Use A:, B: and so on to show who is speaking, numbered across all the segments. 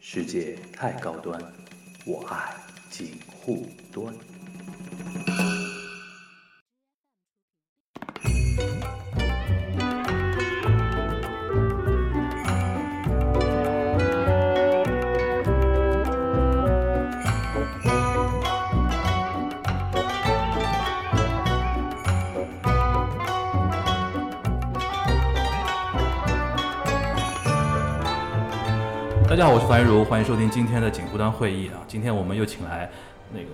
A: 世界太高端，我爱锦护端。
B: 大家好，我是樊玉茹，欢迎收听今天的锦湖端会议啊。今天我们又请来那个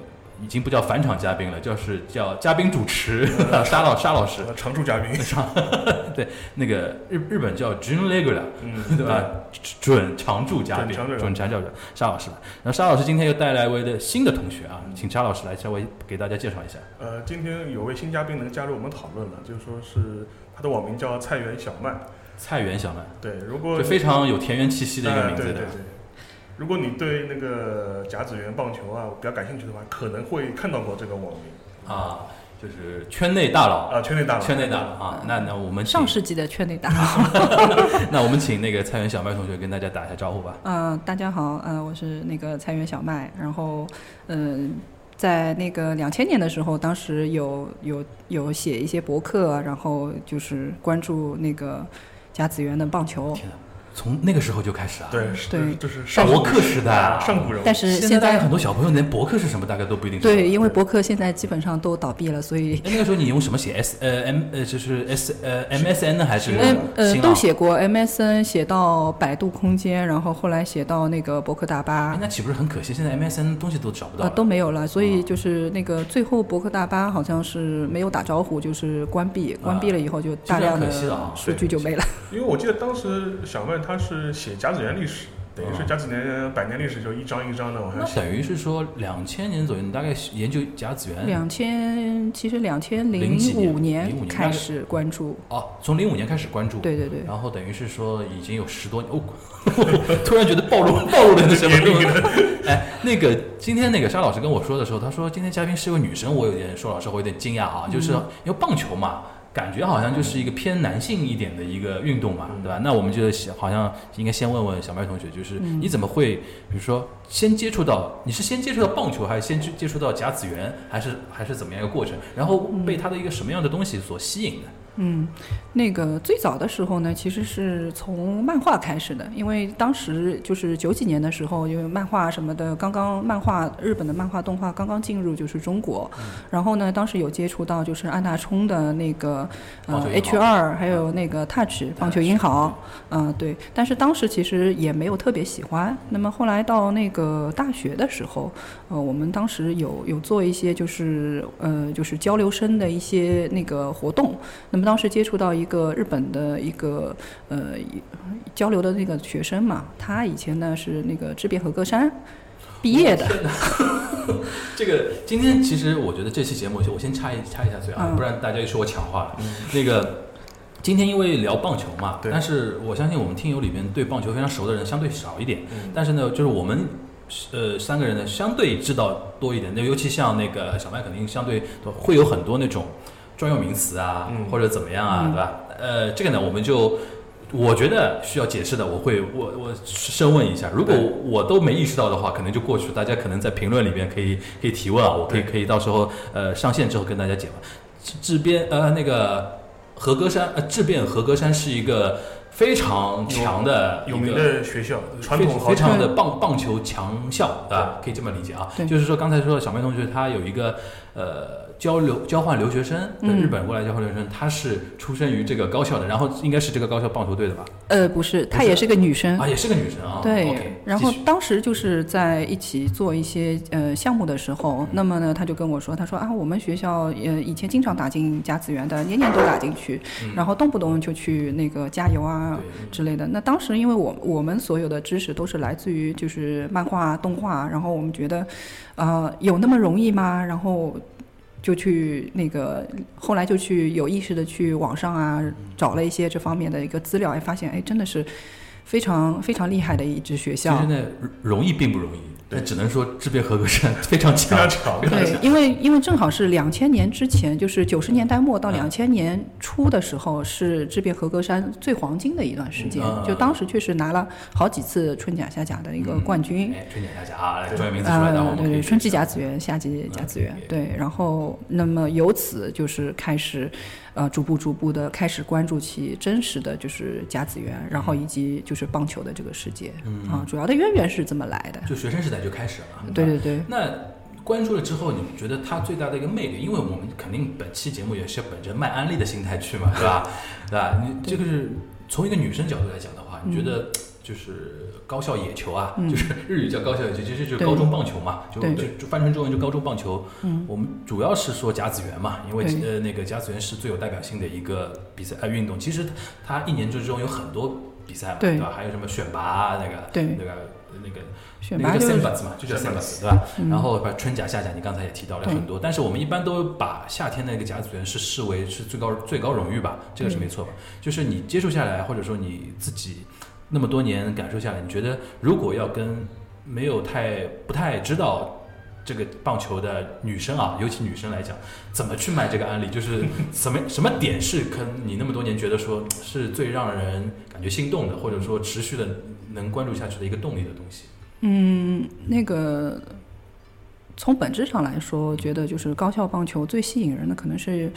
B: 已经不叫返场嘉宾了，就是叫嘉宾主 持沙老沙老师。
C: 呃常驻嘉宾，
B: 对，那个日日本叫 Jun Regular，
C: 嗯
B: 对吧？准常驻嘉宾
C: 准常驻，
B: 准常驻嘉宾沙老师来。然后沙老师今天又带来一位的新的同学啊，
C: 嗯
B: 请沙老师来稍微给大家介绍一下。
C: 呃，今天有位新嘉宾能加入我们讨论了，就是说是他的网名叫菜园小麦。
B: 菜园小麦，
C: 对，如果
B: 就非常有田园气息的一个
C: 哎
B: 名字
C: 对
B: 对
C: 对
B: 吧
C: 对。如果你对那个甲子园棒球啊比较感兴趣的话，可能会看到过这个网名
B: 啊，就是圈内大佬，
C: 啊，圈内大佬。
B: 圈内大佬啊。那那我们请
D: 上世纪的圈内大佬。
B: 那我们请那个菜园小麦同学跟大家打一下招呼吧。
D: 嗯、大家好， 呃，我是那个菜园小麦。然后，嗯、在那个两千年的时候，当时有有有写一些博客，然后就是关注那个甲子园的棒球。
B: 天哪，从那个时候就开始啊，，
C: 对，是
D: 对
C: 这是上
B: 博客时代啊，
C: 上古人物
D: 但是
B: 现在大家
D: 在
B: 很多小朋友连博客是什么大概都不一定知道。
D: 对，因为博客现在基本上都倒闭了，所以。
B: 哎那个时候你用什么写 S 呃 M 呃就是 S 呃 MSN 呢还是
D: 嗯呃
B: 新浪
D: 都。写过，MSN 写到百度空间，然后后来写到那个博客大巴
B: 哎，那岂不是很可惜？现在 MSN 东西都找不到
D: 啊
B: 了。嗯
D: 都没有了，所以就是那个最后博客大巴好像是没有打招呼，就是关闭，关闭了以后就大量
B: 其实很可惜的啊
D: 的数据就没了。
C: 因为我记得当时小麦他是写甲子园历史，等于是甲子园百年历史，就一张一张的往
B: 哦那
C: 下写。
B: 等于是说，两千年左右，你大概研究甲子园
D: 两千其实两千
B: 零几年
D: 五
B: 05年
D: 开始关注，
B: 哦，从零五年开始关注，
D: 对对对，
B: 然后等于是说已经有十多年，哦，突然觉得暴露暴露了那什么东西。哎，那个今天那个沙老师跟我说的时候，他说今天嘉宾是个女生，我有点说老实话我有点惊讶啊，就是因为棒球嘛。感觉好像就是一个偏男性一点的一个运动嘛，对吧？那我们就想，好像应该先问问小麦同学，就是你怎么会，比如说先接触到，你是先接触到棒球，还是先去接触到甲子园，还是还是怎么样一个过程？然后被他的一个什么样的东西所吸引的？
D: 嗯，那个最早的时候呢，其实是从漫画开始的，因为当时就是九几年的时候，因为漫画什么的，刚刚漫画日本的漫画动画刚刚进入就是中国，
B: 嗯
D: 然后呢，当时有接触到就是安大冲的那个
B: 棒
D: 呃
B: 球英
D: H
B: 豪
D: 二，还有那个 Touch 棒球英豪，嗯、对，但是当时其实也没有特别喜欢。那么后来到那个大学的时候，呃，我们当时有有做一些就是呃就是交流生的一些那个活动。那么当时接触到一个日本的一个呃一交流的那个学生嘛，他以前呢是那个志别和歌山毕业的，
B: 这个今天其实我觉得这期节目，我先插一插一下嘴啊，
D: 嗯
B: 不然大家又说我抢话了。那个今天因为聊棒球嘛，
C: 对
B: 但是我相信我们听友里面对棒球非常熟的人相对少一点，
C: 嗯
B: 但是呢，就是我们。呃，三个人呢，相对知道多一点。那尤其像那个小麦，肯定相对多会有很多那种专有名词啊，
C: 嗯
B: 或者怎么样啊，
D: 嗯
B: 对吧？呃，这个呢，我们就我觉得需要解释的，我会我我深问一下。如果
C: 对
B: 我都没意识到的话，可能就过去了。大家可能在评论里面可以可以提问啊，我可以可以到时候呃上线之后跟大家解答。志志边呃那个和歌山呃志变和歌山是一个非常强的
C: 有
B: 一
C: 名
B: 个
C: 的学校，传
B: 非
C: 统
B: 非
C: 豪强。
B: 常的棒棒球强校，对吧？可以这么理解啊。
D: 对
B: 就是说刚才说小妹同学她有一个呃交流交换留学生，
D: 嗯
B: 日本过来交换留学生，她是出生于这个高校的，然后应该是这个高校棒球队的吧？
D: 呃，不是，她也是个女生
B: 啊，。也是个女生啊。
D: 嗯对
B: o k
D: 然后当时就是在一起做一些呃项目的时候，那么呢，他就跟我说，他说啊，我们学校呃以前经常打进甲子园的，年年都打进去，然后动不动就去那个加油啊之类的。那当时因为我我们所有的知识都是来自于就是漫画、动画，然后我们觉得，呃，有那么容易吗？然后。就去那个，后来就去有意识的去网上啊
B: 嗯
D: 找了一些这方面的一个资料，哎，发现哎真的是非常非常厉害的一支学
B: 其实
D: 校。
B: 呢，容易并不容易。那只能说质变合格是非常
C: 非
B: 强
C: 常。强。
D: 对，因为因为正好是两千年之前，就是九十年代末
B: 嗯
D: 到两千年初的时候，是制变合格山最黄金的一段时间
B: 嗯啊。
D: 就当时确实拿了好几次春甲夏甲的一个冠军。
B: 哎，春甲甲甲啊，来专业名字出来的，我们
D: 啊，对
B: 可以
D: 对，春季甲子园，夏季甲子园
B: 嗯，
D: 对，然后那么由此就是开始，呃，逐步逐步的开始关注起真实的就是甲子园，
B: 嗯
D: 然后以及就是棒球的这个世界，啊，主要的渊源是这么来的，
B: 就学生时代就开始了。
D: 对对对，
B: 那关注了之后，你们觉得它最大的一个魅力？因为我们肯定本期节目也是本着卖安利的心态去嘛，对吧？对吧？你这个是从一个女生角度来讲的话，你觉得就是高校野球啊，
D: 嗯
B: 就是日语叫高校野球，其实就是
D: 对
B: 高中棒球嘛，就
D: 对
B: 就就翻成中文就高中棒球。
D: 嗯，
B: 我们主要是说甲子园嘛，因为
D: 对
B: 呃那个甲子园是最有代表性的一个比赛呃运动。其实它一年之中有很多比赛嘛，
D: 对
B: 吧？还有什么选拔啊，那个
D: 对
B: 那个呃那个
D: 选
B: 那
D: 拔
B: 个叫
D: 就是
B: Senbats 嘛，就叫 Senbats 对吧？
D: 嗯
B: 然后把春甲、夏甲，你刚才也提到了很多，但是我们一般都把夏天的那个甲子园是视为是最高最高荣誉吧，这个是没错吧？就是你接触下来，或者说你自己那么多年感受下来，你觉得如果要跟没有太不太知道。这个棒球的女生啊，尤其女生来讲，怎么去卖这个案例？就是什么什么点是跟你那么多年觉得说是最让人感觉心动的，或者说持续的能关注下去的一个动力的东西？
D: 嗯，那个从本质上来说，我觉得就是高校棒球最吸引人的可能是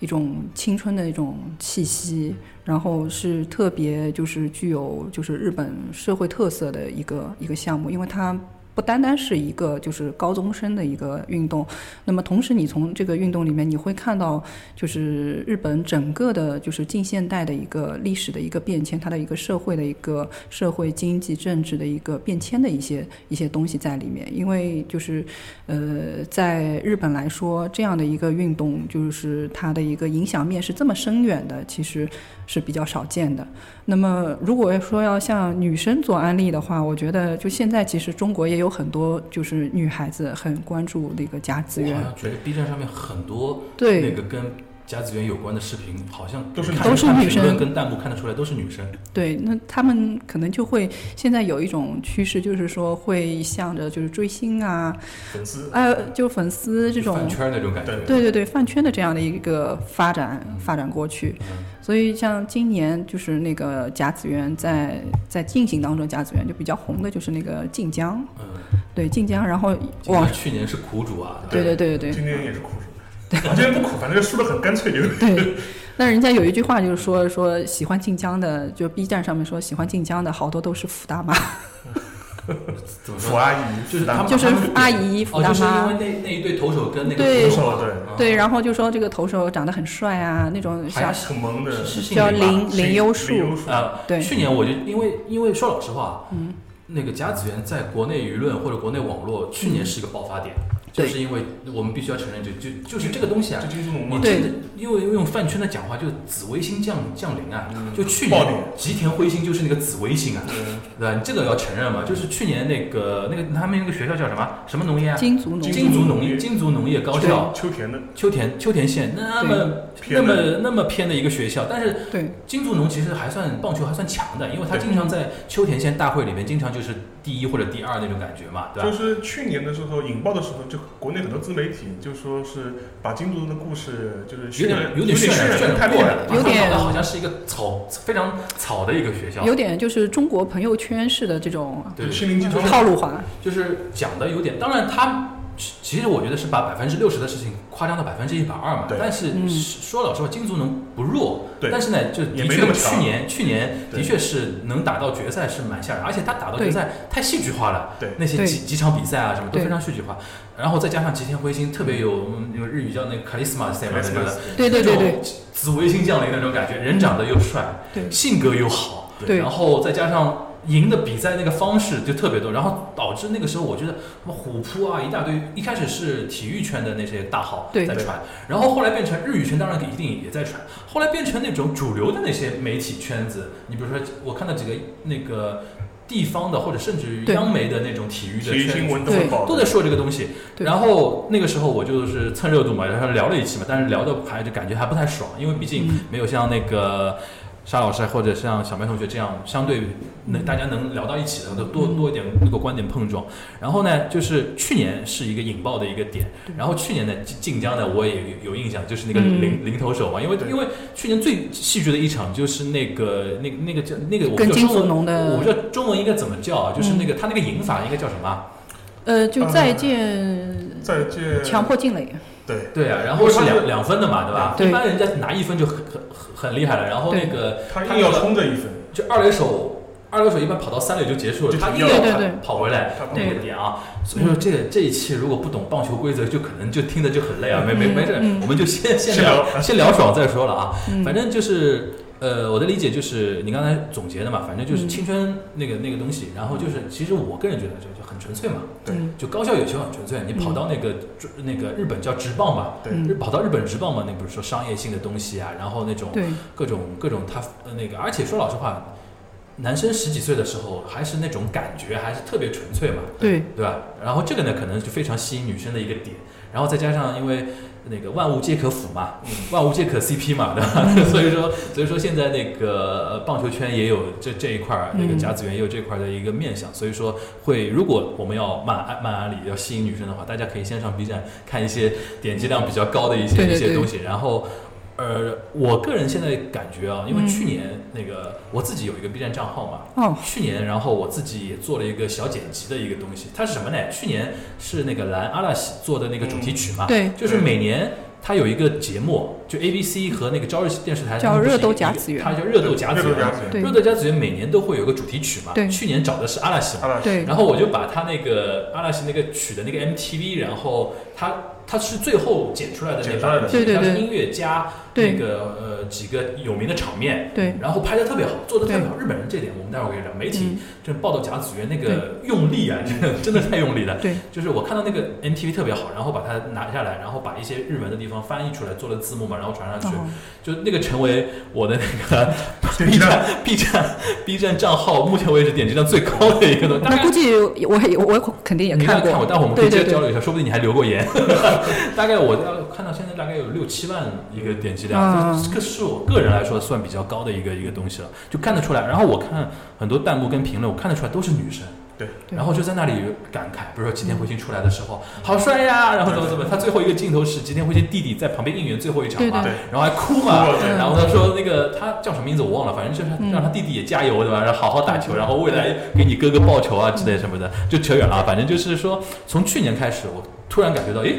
D: 一种青春的一种气息，然后是特别就是具有就是日本社会特色的一个一个项目，因为它。不单单是一个就是高中生的一个运动，那么同时你从这个运动里面你会看到，就是日本整个的就是近现代的一个历史的一个变迁，它的一个社会的一个社会经济政治的一个变迁的一些一些东西在里面。因为就是呃，在日本来说，这样的一个运动，就是它的一个影响面是这么深远的，其实是比较少见的。那么如果说要像女生做安利的话，我觉得就现在其实中国也有很多就是女孩子很关注那个甲子
B: 我好
D: 园，
B: 像觉得 B 站上面很多
D: 对，
B: 那个跟甲子园有关的视频，好像
C: 都是
B: 看
C: 都
D: 是
B: 看
D: 女
B: 评论
D: 生
B: 跟弹幕看得出来都是女生。
D: 对，那他们可能就会现在有一种趋势，就是说会向着就是追星啊，
C: 粉丝
D: 呃，就粉丝这
B: 饭
D: 种，
B: 圈那种感觉。
C: 对
D: 对对对，饭圈的这样的一个发展发展过去。
B: 嗯
D: 所以像今年就是那个甲子园在在进行当中，甲子园就比较红的就是那个晋江，
B: 嗯，
D: 对晋江，然后
B: 今
D: 往
B: 年去年是苦主啊，
D: 对
B: 吧
D: 对对对对
C: 今天也是苦主，啊，今天不苦，反正输的很干脆，就是
D: 对，那人家有一句话就是说说喜欢晋江的，就 B 站上面说喜欢晋江的好多都是福大妈，
B: 怎么
C: 福
B: 说？
C: 阿姨，
B: 就是
C: 大
B: 他
C: 妈
B: 们
D: 就是阿姨福
B: 哦，
D: 大
B: 就是
D: 妈。
B: 因为那那一对投手跟那个
D: 对
B: 投手
C: 投手对
B: 啊
D: 对，然后就说这个投手长得很帅啊，那种
B: 还
D: 小
B: 是
C: 很萌的，
B: 是姓
D: 叫
B: 林吧
D: 林林优树，
C: 林优树
B: 啊，
D: 对
B: 去年我就因为因为说老实话，嗯，那个甲子园在国内舆论或者国内网络去年是一个爆发点，就
D: 嗯对
B: 是因为我们必须要承认，就就就是这个东西啊
C: 就，金猪龙
B: 你
C: 嘛，
B: 真的，因为用饭圈的讲话，就是紫微星降降临啊！
C: 嗯
B: 就去
C: 爆
B: 年
C: 点
B: 吉田辉星就是那个紫微星啊，
C: 嗯
B: 对吧？你这个要承认嘛，就是去年那个那个他们那个学校叫什么什么农业啊？
D: 金足农
C: 金
B: 金
D: 业
B: 竹农业金竹农业高校
C: 秋田的，
B: 秋田秋田县那么那
C: 偏
B: 么
C: 的
B: 那么偏的一个学校，但是
D: 对
B: 金竹农其实还算棒球还算强的，因为他
C: 对
B: 经常在秋田县大会里面经常就是第一或者第二那种感觉嘛，对啊
C: 就
B: 吧？
C: 是去年的时候引爆的时候，就国内很多自媒体就说是把金竹龙的故事就是
B: 有
C: 渲
B: 点
C: 染
B: 有点渲染
C: 染
B: 渲
C: 得太
B: 染
C: 厉
B: 过
C: 害
B: 了
C: 了，，
D: 有
B: 把它搞
D: 点
B: 得好像是一个草非常草的一个学校，
D: 有点就是中国朋友圈式的这种
B: 对
C: 心灵鸡汤，
D: 套路化，
B: 就是讲的有点，当然他其其实我觉得是把百分之六十的事情夸张到百分之一百二嘛
C: 对。
B: 但是
D: 嗯
B: 说老实话，金足农不弱，
C: 对
B: 但是呢，就的
C: 也没那
B: 确
C: 么
B: 去
C: 强
B: 年去年的
C: 对
B: 确是能打到决赛是蛮吓人，而且他打到决
D: 对
B: 赛太戏剧化了，
C: 对
B: 那些
D: 对
B: 几几场比赛啊什么都
D: 对
B: 非常戏剧化，然后再加上吉田辉星特别有嗯有日语叫那个 charisma 什么的，
D: 对对对对，
B: 紫微星降临那种感觉，人长得又帅，
D: 对
B: 性格又好，
D: 对
B: 然后再加上赢的比赛那个方式就特别多，然后导致那个时候我觉得什么虎扑啊一大堆，一开始是体育圈的那些大号
D: 对
B: 在传，然后后来变成日语圈，当然一定也在传，后来变成那种主流的那些媒体圈子，你比如说我看到几个那个地方的或者甚至于
D: 对
B: 央媒的那种体育的
C: 体育
B: 圈子
C: 新闻都会爆
B: 都
C: 的，
B: 在说这个东西。
D: 对
B: 然后那个时候我就是蹭
D: 嗯
B: 热度嘛，然后聊了一期嘛，但是聊的还就感觉还不太爽，因为毕竟没有像那个。沙老师或者像小麦同学这样，相对能大家能聊到一起的，都
D: 嗯
B: 多多一点那个观点碰撞。然后呢，就是去年是一个引爆的一个点，然后去年的晋晋江呢，我也有有印象，就是那个
D: 嗯
B: 零零头手嘛，因为因为去年最戏剧的一场就是那个那那个叫那个我不
D: 跟
B: 知道
D: 金
B: 中文
D: 祖农的嗯
B: 我不知道中文应该怎么叫啊，就是那个他那个引法应该叫什么啊？
D: 呃，就
C: 呃
D: 再见
C: 再见，
D: 强迫进垒，
C: 对，
B: 对啊，然后是两两分的嘛，对吧？
D: 对
B: 一般人家拿一分就很很很很厉害了，然后那个
C: 他
B: 他
C: 硬要
B: 那个
C: 冲这一分，
B: 就二垒手，二垒手一般跑到三垒就结束了，
C: 就
B: 他
C: 停
B: 硬要
C: 掉了
D: 对对对
B: 跑跑回来
C: 他跑
B: 那个点啊。所以说这个这一期如果不懂棒球规则，就可能就听着就很累啊。没没没事，
D: 嗯
B: 我们就先先
C: 先
B: 聊先聊爽再说了啊。
D: 嗯
B: 反正就是呃，我的理解就是你刚才总结的嘛，反正就是
D: 嗯
B: 青春那个那个东西，然后就是其实我个人觉得就就很纯粹嘛。
C: 对
D: 嗯
B: 就高校有球很纯粹，你跑到那个、那个日本叫职棒吧，
C: 对
D: 嗯
B: 日跑到日本职棒嘛，那比如说商业性的东西啊，然后那种
D: 对，
B: 各种各种他呃那个，而且说老实话，男生十几岁的时候还是那种感觉，还是特别纯粹嘛，
D: 对，
B: 对吧？然后这个呢，可能就非常吸引女生的一个点，然后再加上因为那个万物皆可腐嘛，万物皆可 CP 嘛，对吧？ 所以说，所以说现在那个呃棒球圈也有这这一块儿，那个
D: 嗯
B: 甲子园也有这块儿的一个面向，所以说会，如果我们要慢安慢安利，要吸引女生的话，大家可以先上 B 站看一些点击量比较高的一些
D: 对对
B: 一些
D: 对
B: 东西，然后。呃，我个人现在感觉啊，因为
D: 嗯
B: 去年那个、我自己有一个 B 站账号嘛，
D: 哦，
B: 去年，然后我自己也做了一个小剪辑的一个东西，它是什么呢？去年是那个蓝阿拉西做的那个主题曲嘛，
D: 对
B: 就是每年它有一个节目，就 ABC 和那个朝日电视台
D: 叫
B: 他们不是
D: 热斗
B: 一个
D: 甲子园
B: 它叫热斗甲子
C: 热斗甲子
B: 园，
C: 园
D: 对
B: 热斗甲子园每年都会有一个主题曲嘛，
D: 对
B: 去年找的是阿拉西嘛
C: 阿，拉
D: 对，
B: 然后我就把他那个阿拉西那个曲的那个 MTV，然后他他是最后剪出来的那
C: 剪出来
B: 版
C: 的，
D: 对对
B: 它是
D: 对
B: 音乐加
D: 对
B: 那个呃几个有名的场面，
D: 对，
B: 然后拍的特别好，做的特别好。日本人这点我们待会儿可以聊。媒体
D: 嗯
B: 就是报道甲子园那个用力啊， 真的真的太用力了。
D: 对，
B: 就是我看到那个 MTV 特别好，然后把它拿下来，然后把一些日文的地方翻译出来，做了字幕嘛，然后传上去，
D: 哦
B: 就那个成为我的那 个
C: 点
B: B
C: 击
B: 站
C: 量
B: B 站 B 站账号目前为止点击量最高的一个东西。大
D: 那
B: 概
D: 估计我也我肯定也
B: 你应该
D: 过，
B: 看过，但我们可以
D: 对
B: 直接
D: 对
B: 交
D: 对，
B: 流一下，说不定你还留过言。 大概我大看到现在大概有六七万一个点击量，
D: 嗯
B: 这个是我个人来说算比较高的一个一个东西了，就看得出来。然后我看很多弹幕跟评论，我看得出来都是女生。
C: 对，
D: 对
B: 然后就在那里感慨，比如说吉田辉星出来的时候，好帅呀，然后怎么怎么，他最后一个镜头是吉田辉星弟弟在旁边应援最后一场
D: 对
B: 嘛
D: 对，
C: 对
B: 然后还哭嘛
C: 哭了，对
B: 然后他说那个他叫什么名字我忘了，反正就是
D: 嗯
B: 让他弟弟也加油对吧，然后好好打球，然后未来给你哥哥报仇啊之类什么的，
D: 嗯
B: 就扯远了啊。反正就是说，从去年开始，我突然感觉到，诶，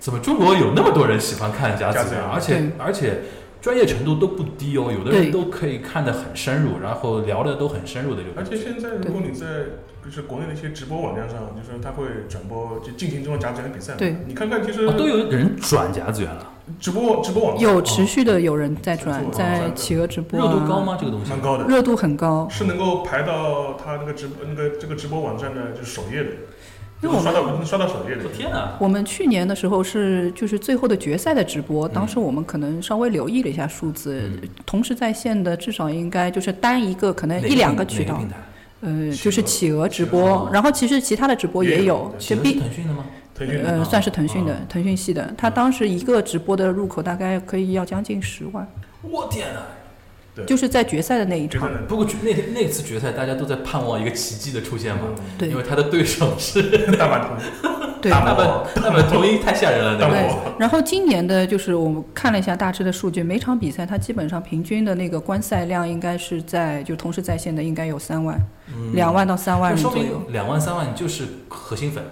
B: 怎么中国有那么多人喜欢看甲
C: 甲
B: 子
C: 子
B: 园，
C: 园
B: 而且
D: 对
B: 而且。专业程度都不低哦，有的人
D: 对
B: 都可以看得很深入，然后聊的都很深入的这种。
C: 而且现在如果你在就是国内的一些直播网站上，就是他会转播就进行这种甲子园的比赛嘛，
D: 对
C: 你看看其实
B: 哦，都有人转甲子园了，
C: 直播直播网站
B: 哦
D: 有持续的有人在转，
C: 哦
D: 在企鹅直播、啊
B: 热度高？吗？这个东西
C: 蛮高的，
D: 热度很高，
C: 是能够排到他那个直播那个这个直播网站的就是首页的，
D: 因为我
C: 能
D: 们
C: 刷到能刷到首页的
B: 我。天啊哪！
D: 我们去年的时候是就是最后的决赛的直
B: 嗯
D: 播，当时我们可能稍微留意了一下数字，同时在线的至少应该就是单一个可能
B: 哪个
D: 哎一两
B: 平
D: 个渠
B: 哪
D: 道
B: 平，台？
C: 企鹅
D: 呃，就是企鹅直
B: 企
D: 播
B: 鹅，
D: 然后其实其他的直播
C: 也
D: 也
C: 有
D: 有，
B: 企
D: 就
B: 鹅是
D: 并
B: 腾讯的吗？
C: 腾讯的
D: 呃
B: 啊
D: 算是腾讯的
B: 啊
D: 腾讯系的，它当时一个直播的入口大概可以要将近十万，
B: 我天啊哪！
C: 对
D: 就是在决赛的那一
C: 决
D: 场
C: 赛，的
B: 呃不过决那那次决赛，大家都在盼望一个奇迹的出现嘛，
D: 对
B: 因为他的对手是
C: 大阪腾
D: 嗯 对。
B: 大阪大阪桐鹰，太吓人了，那
C: 大
B: 个
C: 阪
D: 对
C: 哦，
D: 然后今年的就是我们看了一下大致的数据，每场比赛它基本上平均的那个观赛量应该是在就同时在线的应该有三万，两、万到三万
B: 就
D: 人
B: 说
D: 左右。
B: 明两万三万就是核心粉，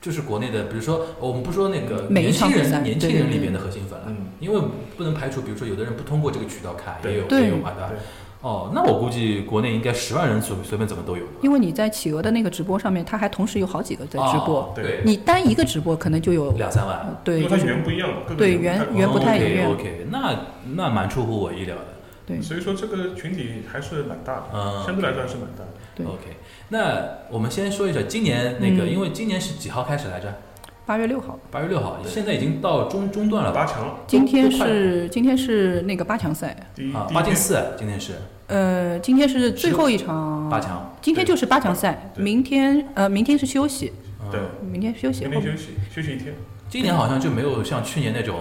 B: 就是国内的，比如说我们不说那个
D: 每
B: 年
D: 一
B: 轻
D: 场比
B: 人
D: 赛
B: 年轻
D: 对
B: 人
D: 对
B: 里边的核心粉了，
C: 嗯
B: 因为不能排除，比如说有的人不通过这个渠道看，也有
D: 对
B: 也有嘛，对吧
C: 对？
B: 哦，那我估计国内应该十万人随随便怎么都有的
D: 因为你在企鹅的那个直播上面，它还同时有好几个在直播，
B: 哦对，
D: 你单一个直播可能就有呃
B: 两三万，
C: 因
D: 对，
C: 为
D: 就
C: 它
D: 是
C: 圆不一哦样嘛，各个
D: 对
C: 圆
D: 圆嗯圆不太一样
B: OK OK，那那蛮出乎我意料的。
D: 对
C: 所以说这个群体还是蛮大的，
B: 嗯
C: 相对来说还是蛮大的。
D: 对
B: OK，那我们先说一下今年那个，
D: 嗯
B: 因为今年是几号开始来着？
D: 八月六号，
B: 八月六号，现在已经到中中段了吧？
C: 八强
D: 今天
B: 都快
D: 是今天是那个八强赛，
C: 第一
B: 啊，
C: 第一
B: 八进
C: 天
B: 四，今天是
D: 呃，今天是最后一场
B: 八，强。
D: 今天就是八强赛，
C: 对
D: 明天呃明天是休息，
B: 嗯
C: 对，
D: 明天休息
C: 明，天休息休息一天，
B: 今年好像就没有像去年那种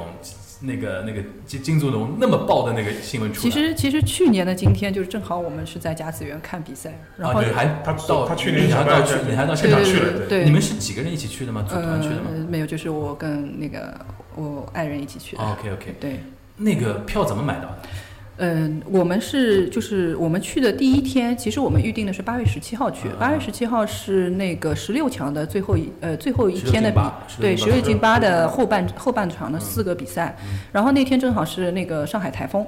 B: 那个那个金金足龙那么爆的那个新闻出
D: 其
B: 来。
D: 实其实去年的今天就是正好我们是在甲子园看比赛，然后、
B: 啊，你还
C: 他
B: 到
C: 他去年
B: 你还到去
C: 上班
B: 你还到
C: 现
B: 现
C: 场
B: 场
C: 去
B: 去
C: 了
D: 对
B: 你们是几个人一起去的吗？组团去的吗
D: 呃、没有，就是我跟那个我爱人一起去的。
B: ？OK OK，
D: 对，
B: 哦那个票怎么买到的？
D: 嗯，我们是就是我们去的第一天，其实我们预定的是八月十七号去
B: 啊，
D: 八月十七号是那个十六强的最后一呃最后一天的比
B: 16
D: 对
B: 进
D: 十
B: 八
D: 六进八嗯的后半后半场的四个比赛，然后那天正好是那个上海台风，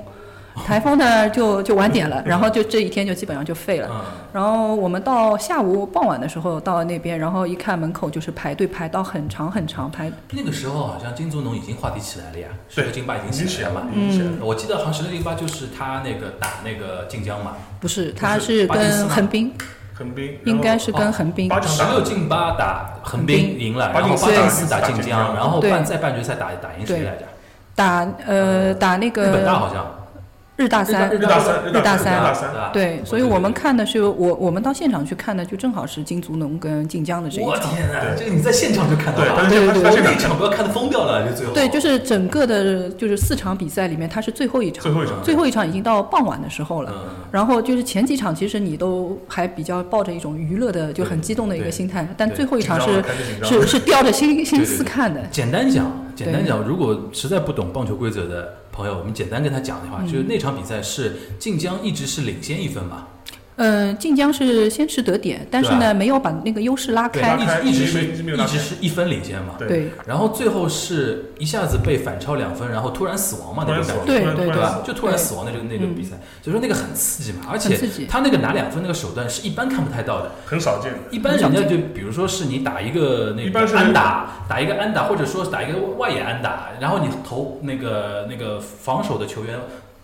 D: 台风呢就就晚点了，然后就这一天就基本上就废了。
B: 嗯，
D: 然后我们到下午傍晚的时候到那边，然后一看门口就是排队排到很长很长排，
B: 那个时候好像金足农已经话题起来了呀，十
C: 对
B: 六进八已
C: 已
B: 经
C: 经
B: 起
C: 起
B: 来
C: 来
B: 了嘛
C: 了，。已经起来了。
B: 嗯我记得好像十六进八就是他那个打那个晋江嘛，
D: 不是，他
B: 是
D: 是
B: 巴基斯
D: 跟
B: 坦
D: 横滨，
C: 横滨
D: 应该
C: 然后
D: 是
B: 哦
D: 跟横滨
C: 巴基
B: 十
C: 斯坦
B: 六进八打横滨
D: 横
B: 赢了，
C: 八
B: 然后八
C: 进
D: 四
B: 打
D: 打
B: 四
C: 四
B: 打
C: 打
B: 晋
C: 晋
B: 江，
C: 江
B: 然后
D: 对
B: 半在半决赛打打赢谁来着？
D: 打呃打那
B: 日本大
D: 个
B: 好像
D: 日大三
B: 日
C: 日大三
D: 日
C: 日
D: 大
C: 大
D: 三
C: 日大
B: 对
C: 三
B: 吧？
D: 对，所以
B: 对对
D: 我们
B: 对
D: 看的是我我们到现场去看的，就正好是金足农跟晋江的这一
B: 我
D: 场。
B: 天啊，
C: 对
B: 这个你在现场就看到
C: 对，
B: 了
C: 他，是
D: 对
C: 他
B: 我
C: 现
B: 那
C: 场
B: 一场不要看的疯掉了，就最后
D: 对，就是整个的，就是四场比赛里面，它是最后一
C: 最
D: 场，
C: 后一场
D: 最后一场已经到傍晚的时候了。
B: 嗯，
D: 然后就是前几场，其实你都还比较抱着一种娱乐的，就很激动的一
B: 对
D: 个心态，但
B: 对
D: 最后一场
C: 紧张
D: 是
C: 了开始紧张了
D: 是是吊着心 心思看的。
B: 简单讲，简单讲，如果实在不懂棒球规则的朋友，我们简单跟他讲的
D: 嗯
B: 话，就是那场比赛是晋江一直是领先一分嘛，
D: 嗯，晋江是先是得点，但是
B: 对啊
D: 呢，没有把那个优势拉
B: 对，
D: 开。
C: 拉开
B: 一直一直是
C: 一直没有
B: 一
C: 拉开
B: 直是一分领先嘛，
C: 对
D: 对
B: 然后最后是一下子被反超两分，然后突然死亡嘛，
C: 突
B: 那
C: 然
B: 种
C: 死
B: 感
C: 亡，
B: 觉。
D: 对
C: 突然
D: 对
C: 突
B: 对
C: 然
B: 吧
C: 死？亡
B: 就突然死亡那就那种比赛，所以说那个很刺激嘛，而且
D: 刺激
B: 他那个拿两分那个手段是一般看不太到的，
C: 很少见。
B: 一般人家就比如说是你打一个那
C: 一
B: 个
C: 般是
B: 安打，打一个安打，或者说是打一个外野安打，然后你投那个那个防守的球员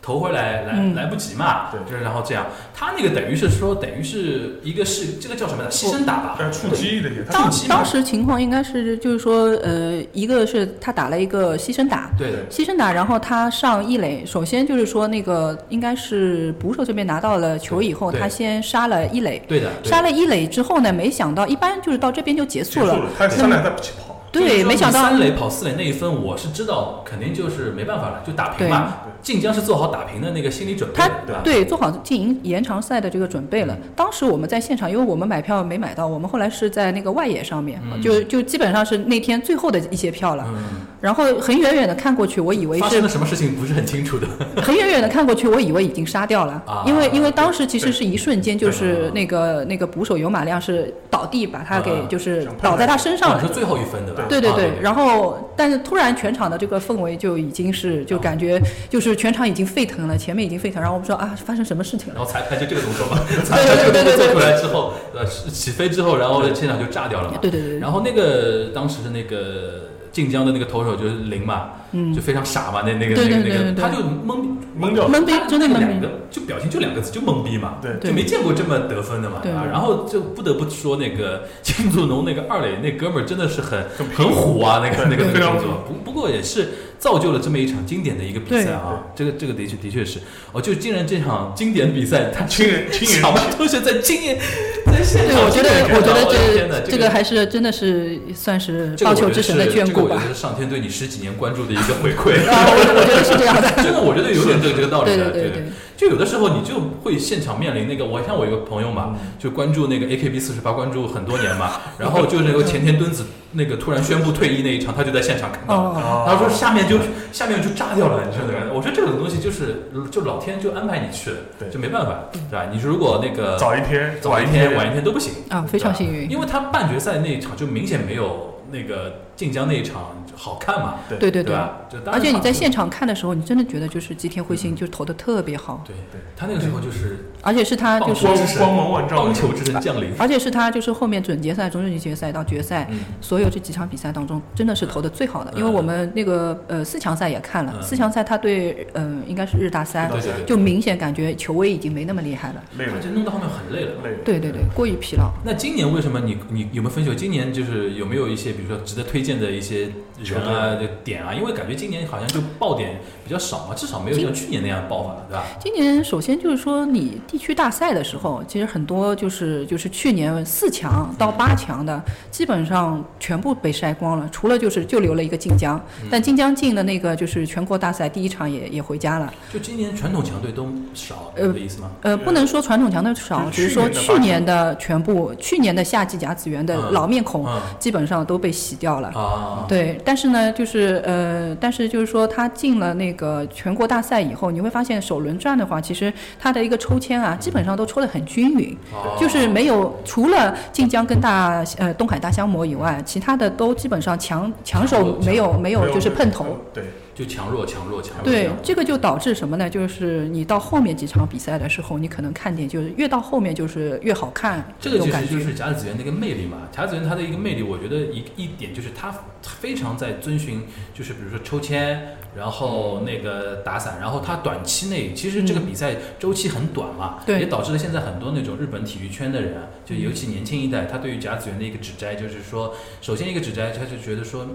B: 投回来来、
D: 嗯
B: 来不及嘛，
C: 对
B: 就是然后这样，他那个等于是说等于是一个是这个叫什么的牺牲打吧，
C: 但触
B: 对
C: 击的也，
B: 触
D: 当
B: 及嘛
D: 当时情况应该是，就是说，呃，一个是他打了一个牺牲打，
B: 对的，
D: 牺牲打，然后他上一垒，首先就是说那个应该是捕手这边拿到了球以后，
B: 对
D: 他先杀了一垒，
B: 对的，对
D: 杀
B: 的。
D: 了一垒之后呢，没想到一般就是到这边就结
C: 结
D: 束
C: 束
D: 了，
C: 了，他上来再跑，
D: 对，没想
B: 就是说
D: 到
B: 你三垒跑四垒那一分，我是知道肯定就是没办法了，就打平嘛。晋江是做好打平的那个心理准备
D: 他
B: 的，对吧？
D: 对做好进行延长赛的这个准备
B: 嗯
D: 了。当时我们在现场，因为我们买票没买到，我们后来是在那个外野上面，
B: 嗯
D: 就就基本上是那天最后的一些票了。
B: 嗯，
D: 然后很远远的看过去，我以为
B: 发
D: 是
B: 生了什么事情不是很清楚的。
D: 很远远的看过去，我以为已经杀掉了，
B: 啊
D: 因为因为当时其实是一瞬间，就
B: 对
D: 是那个那个捕手尤马亮是倒地，把他给
B: 啊
D: 就是
C: 想碰
D: 倒在他身上
B: 上来哦
D: 了
B: 是。最后一分的吧？
D: 对对
B: 啊
D: 对，然后但是突然全场的这个氛围就已经是就感觉就是全场已经沸腾了，前面已经沸腾，然后我们说啊发生什么事情了？
B: 然后裁判就这个动 作嘛，裁判这个动作做出来之后，呃，起飞之后，然后现场就炸掉了嘛。
D: 对对对对
B: 然后那个当时的那个晋江的那个投手就是林嘛，
D: 嗯
B: 就非常傻嘛，那那个
D: 对
B: 那个那
D: 对对
B: 个，
D: 对对
B: 他就懵
C: 懵掉了。
D: 懵逼
B: 他
D: 真的
B: 就
D: 懵
B: 两
D: 逼
B: 个，就表情就两个字，就懵逼嘛。
C: 对
D: 对
B: 就没见过这么得分的嘛，
D: 对
B: 吧？然后就不得不说那个 金祖农那个二垒那哥们儿真的是很
C: 很
B: 很虎啊，那个
C: 对
B: 那个那个
C: 非常
B: 动作。不不过也是造就了这么一场经典的一个比赛啊，这个这个的确的确是哦，就竟然这场经典比赛，他
C: 亲眼亲眼
B: 小马同学在经验 在现
D: 对，
B: 场
D: 我觉
B: 亲
D: 得
B: 眼看到，哎
D: 我觉
B: 天哪
D: 得这
B: 这
D: 这个还是真的是算是
B: 这个
D: 棒
B: 我觉
D: 球
B: 得
D: 之神的
B: 是
D: 眷
B: 这个
D: 顾
B: 我觉
D: 吧。
B: 得是上天对你十几年关注的一个回 馈。
D: 啊，我我觉得是这样 的。
B: 真的，我觉得有点这个这个道理
D: 对
B: 的。
D: 对对
B: 对
D: 对，
B: 就有的时候你就会现场面临那个，我像我有个朋友嘛，
D: 嗯
B: 就关注那个 AKB 四十八，关注很多年嘛， 然后就是那个前田敦子那个突然宣布退役那一场，他就在现场看到了。
D: 哦，
C: 啊
B: 他说下面就下面就炸掉了，你知道吗？我觉得这种东西就是就老天就安排你去了，
C: 对
B: 就没办法，对吧？你如果那个
C: 早一天，
B: 早一
C: 一
B: 天晚一天都不行
D: 啊非
B: 对
D: 常
B: 吧
D: 幸运
B: 因为他半决赛那一场就明显没有那个晋江那一场好看嘛，
D: 对对对。
B: 吧？就当
D: 而且
B: 然
D: 你在
B: 场
D: 现场看的时候，你真的觉得就是吉田辉星就投的特别好，
B: 对，他那个时候就是
D: 而且是他
B: 棒
D: 就是
B: 球
C: 光
B: 之神，
C: 光芒万丈
B: 棒球之神降临。
D: 而且是他就是后面准决赛、总决决赛到决赛，
B: 嗯
D: 所有这几场比赛当中，真的是投的最好的。
B: 嗯
D: 因为我们那个呃四强赛也看了，
B: 嗯
D: 四强赛他对嗯、应该是日大三，
B: 对对对，
D: 就明显感觉球威已经没那么厉害了。
C: 累了
B: 就弄到后面很累了。
C: 累了。
D: 对对对，过于疲劳。
B: 那今年为什么你你有没有分析？今年就是有没有一些比如说值得推荐的一些人人啊、就点啊，因为感觉今年好像就爆点比较少嘛，至少没有像去年那样爆发，对吧？
D: 今年首先就是说，你地区大赛的时候，其实很多就是就是去年四强到八强的，基本上全部被筛光了，除了就是就留了一个晋江，但晋江进的那个就是全国大赛第一场也也回家了。
B: 就今年传统强队都少，
D: 呃
B: 有意思吗？
D: 呃，不能说传统强队少，
C: 就
D: 只
C: 是
D: 是说
C: 去
D: 去
C: 年
D: 年的全部，去年的夏季甲子园的
B: 嗯
D: 老面孔
B: 嗯
D: 基本上都被洗掉了。
B: 啊，
D: 对，但是呢，就是呃，但是就是说，他进了那个全国大赛以后，你会发现首轮转的话，其实他的一个抽签啊，基本上都抽得很均匀，
B: 哦
D: 就是没有除了晋江跟大呃东海大香魔以外，其他的都基本上强强手没有没有就是碰头。，
C: 对，
B: 就强弱强弱强弱。
D: 对，这个就导致什么呢？就是你到后面几场比赛的时候，你可能看点就是越到后面就是越好看，
B: 这个
D: 种
B: 其
D: 感
B: 实就
D: 觉。
B: 是甲子园的一个魅力嘛。甲子园它的一个魅力，我觉得一一点就是它非常在遵循，就是比如说抽签，然后那个打散，然后它短期内其实这个比赛周期很短嘛，
D: 嗯对嗯
B: 也导致了现在很多那种日本体育圈的人啊，就尤其年轻一代，他对于甲子园的一个指摘就是说，首先一个指摘，他就觉得说。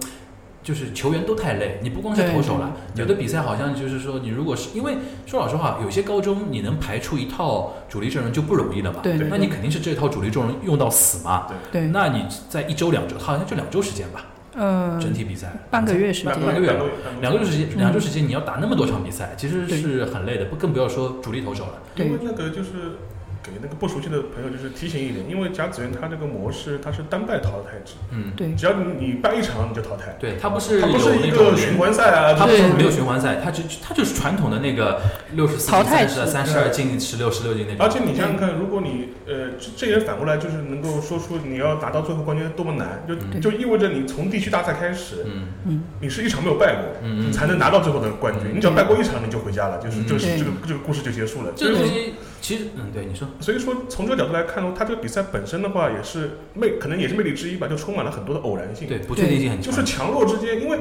B: 就是球员都太累，你不光是
D: 对
B: 投手了，
C: 对
B: 有的比赛好像就是说，你如果是因为说老实话，有些高中你能排出一套主力阵容就不容易了嘛，
D: 对
B: 那你肯定是这套主力阵容用到死嘛。
D: 对，
B: 那你在一周两周，好像就两周时间吧，
D: 呃，
B: 整体比赛
D: 半个月时间
C: 半。
B: 半个月两周时间，
D: 嗯
B: 两周时间你要打那么多场比赛，其实是很累的，不更不要说主力投手了。
C: 因为那个就是给那个不熟悉的朋友就是提醒一点，因为甲子园它这个模式它是单败淘汰制，
B: 嗯，
D: 对，
C: 只要你败一场你就淘汰，
B: 对，他不是有
C: 它不是
B: 那
C: 一个
B: 种
C: 循，环赛啊，
B: 他不
C: 就是
B: 没有循环赛，他就他就是传统的那个六十四
D: 淘汰
B: 进
D: 制
B: 三十二进十六十六进那
C: 而
B: 种。
C: 且你想想看，如果你呃，这这也反过来就是能够说出你要拿到最后冠军多么难，就、
B: 嗯
C: 就意味着你从地区大赛开始，
B: 嗯
D: 嗯，
C: 你是一场没有败过，
B: 嗯
C: 你
B: 嗯，
C: 才能拿到最后的冠军。
B: 嗯
C: 你只要败过一场，你就回家了，就是
B: 嗯
C: 就是
D: 对
C: 这个这个故事就结束了。
B: 这个东西其实嗯，对你说，
C: 所以说，从这个角度来看呢，它这个比赛本身的话也是魅，可能也是魅力之一吧，就充满了很多的偶然性。
B: 对，不确定性很
C: 就
B: 强。
C: 是强弱之间，因为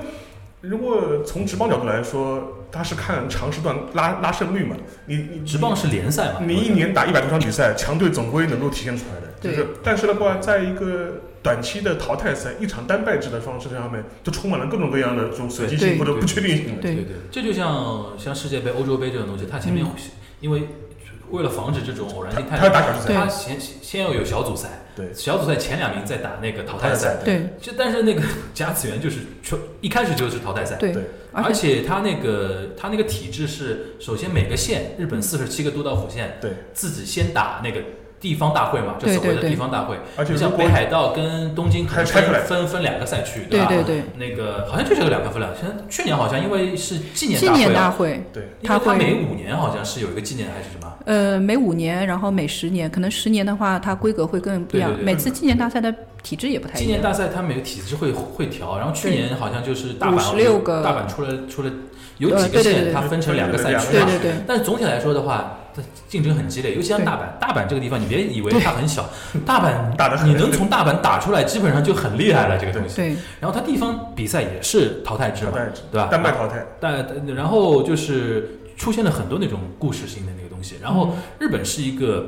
C: 如果从职棒角度来说，它是看长时段拉拉胜率嘛，你你
B: 直棒是联赛嘛，
C: 你一年打一百多场比赛，强队总归能够体现出来的。就
D: 对
C: 是，但是的话，在一个短期的淘汰赛、一场单败制的方式上面，就充满了各种各样的这种随机性
D: 对
C: 或者不确定性。
D: 对嗯
B: 对对，这就像像世界杯、欧洲杯这种东西，它前面、因为为了防止这种偶然性
C: 他
B: 太
C: 要打小组赛，
D: 对
B: 它先先要有小组赛，
C: 对
B: 小组赛前两名再打那个淘汰赛。
C: 对，
D: 对
B: 就但是那个 甲子园就是全一开始就是淘汰赛，
D: 对
C: 对，
B: 而
D: 而且
B: 且它那个它那个体制是，首先每个县，日本四十七个都道府县
C: 对，
B: 自己先打那个地方大会嘛，就
D: 对
B: 所谓
D: 对
B: 的
D: 对
B: 地方大会，
C: 而且
B: 就
C: 如
B: 像
C: 果
B: 北海道跟东京可能
C: 还拆出来
B: 分分分两个赛区，
D: 对
B: 吧？
D: 对对，
B: 那个好像就是个两个分两，像去年好像因为是纪念
D: 纪
B: 大会
D: 念
B: 啊
D: 大会。
C: 对，
B: 因为
D: 他会
B: 每五年好像是有一个纪念还是什么？
D: 呃，每五年，然后每十年，可能十年的话，它规格会更不一样。
B: 对对对
D: 每次纪念大赛的体制也不太
B: 纪
D: 一
B: 念
D: 样。
B: 大赛它每个体制会会调，然后去
D: 对
B: 年好像就是大阪
D: 56个
B: 大阪出了出了有
D: 呃
B: 几个
D: 对对
B: 县，
D: 对
B: 它分成两个赛
C: 两个
B: 区
D: 对
B: 嘛。
D: 对对，
B: 但是总体来说的话，它竞争很激烈，尤其像
D: 对
B: 大阪。大阪这个地方，你别以为它很小，大阪
C: 打得很
B: 你能从大阪打出来，基本上就很厉害了这个东西。
D: 对
B: 然后它地方比赛也是淘汰制
C: 淘
B: 嘛，
C: 汰制，
B: 对吧？
C: 单败淘汰，
B: 但呃然后就是出现了很多那种故事性的那个东西。然
D: 嗯
B: 后日本是一个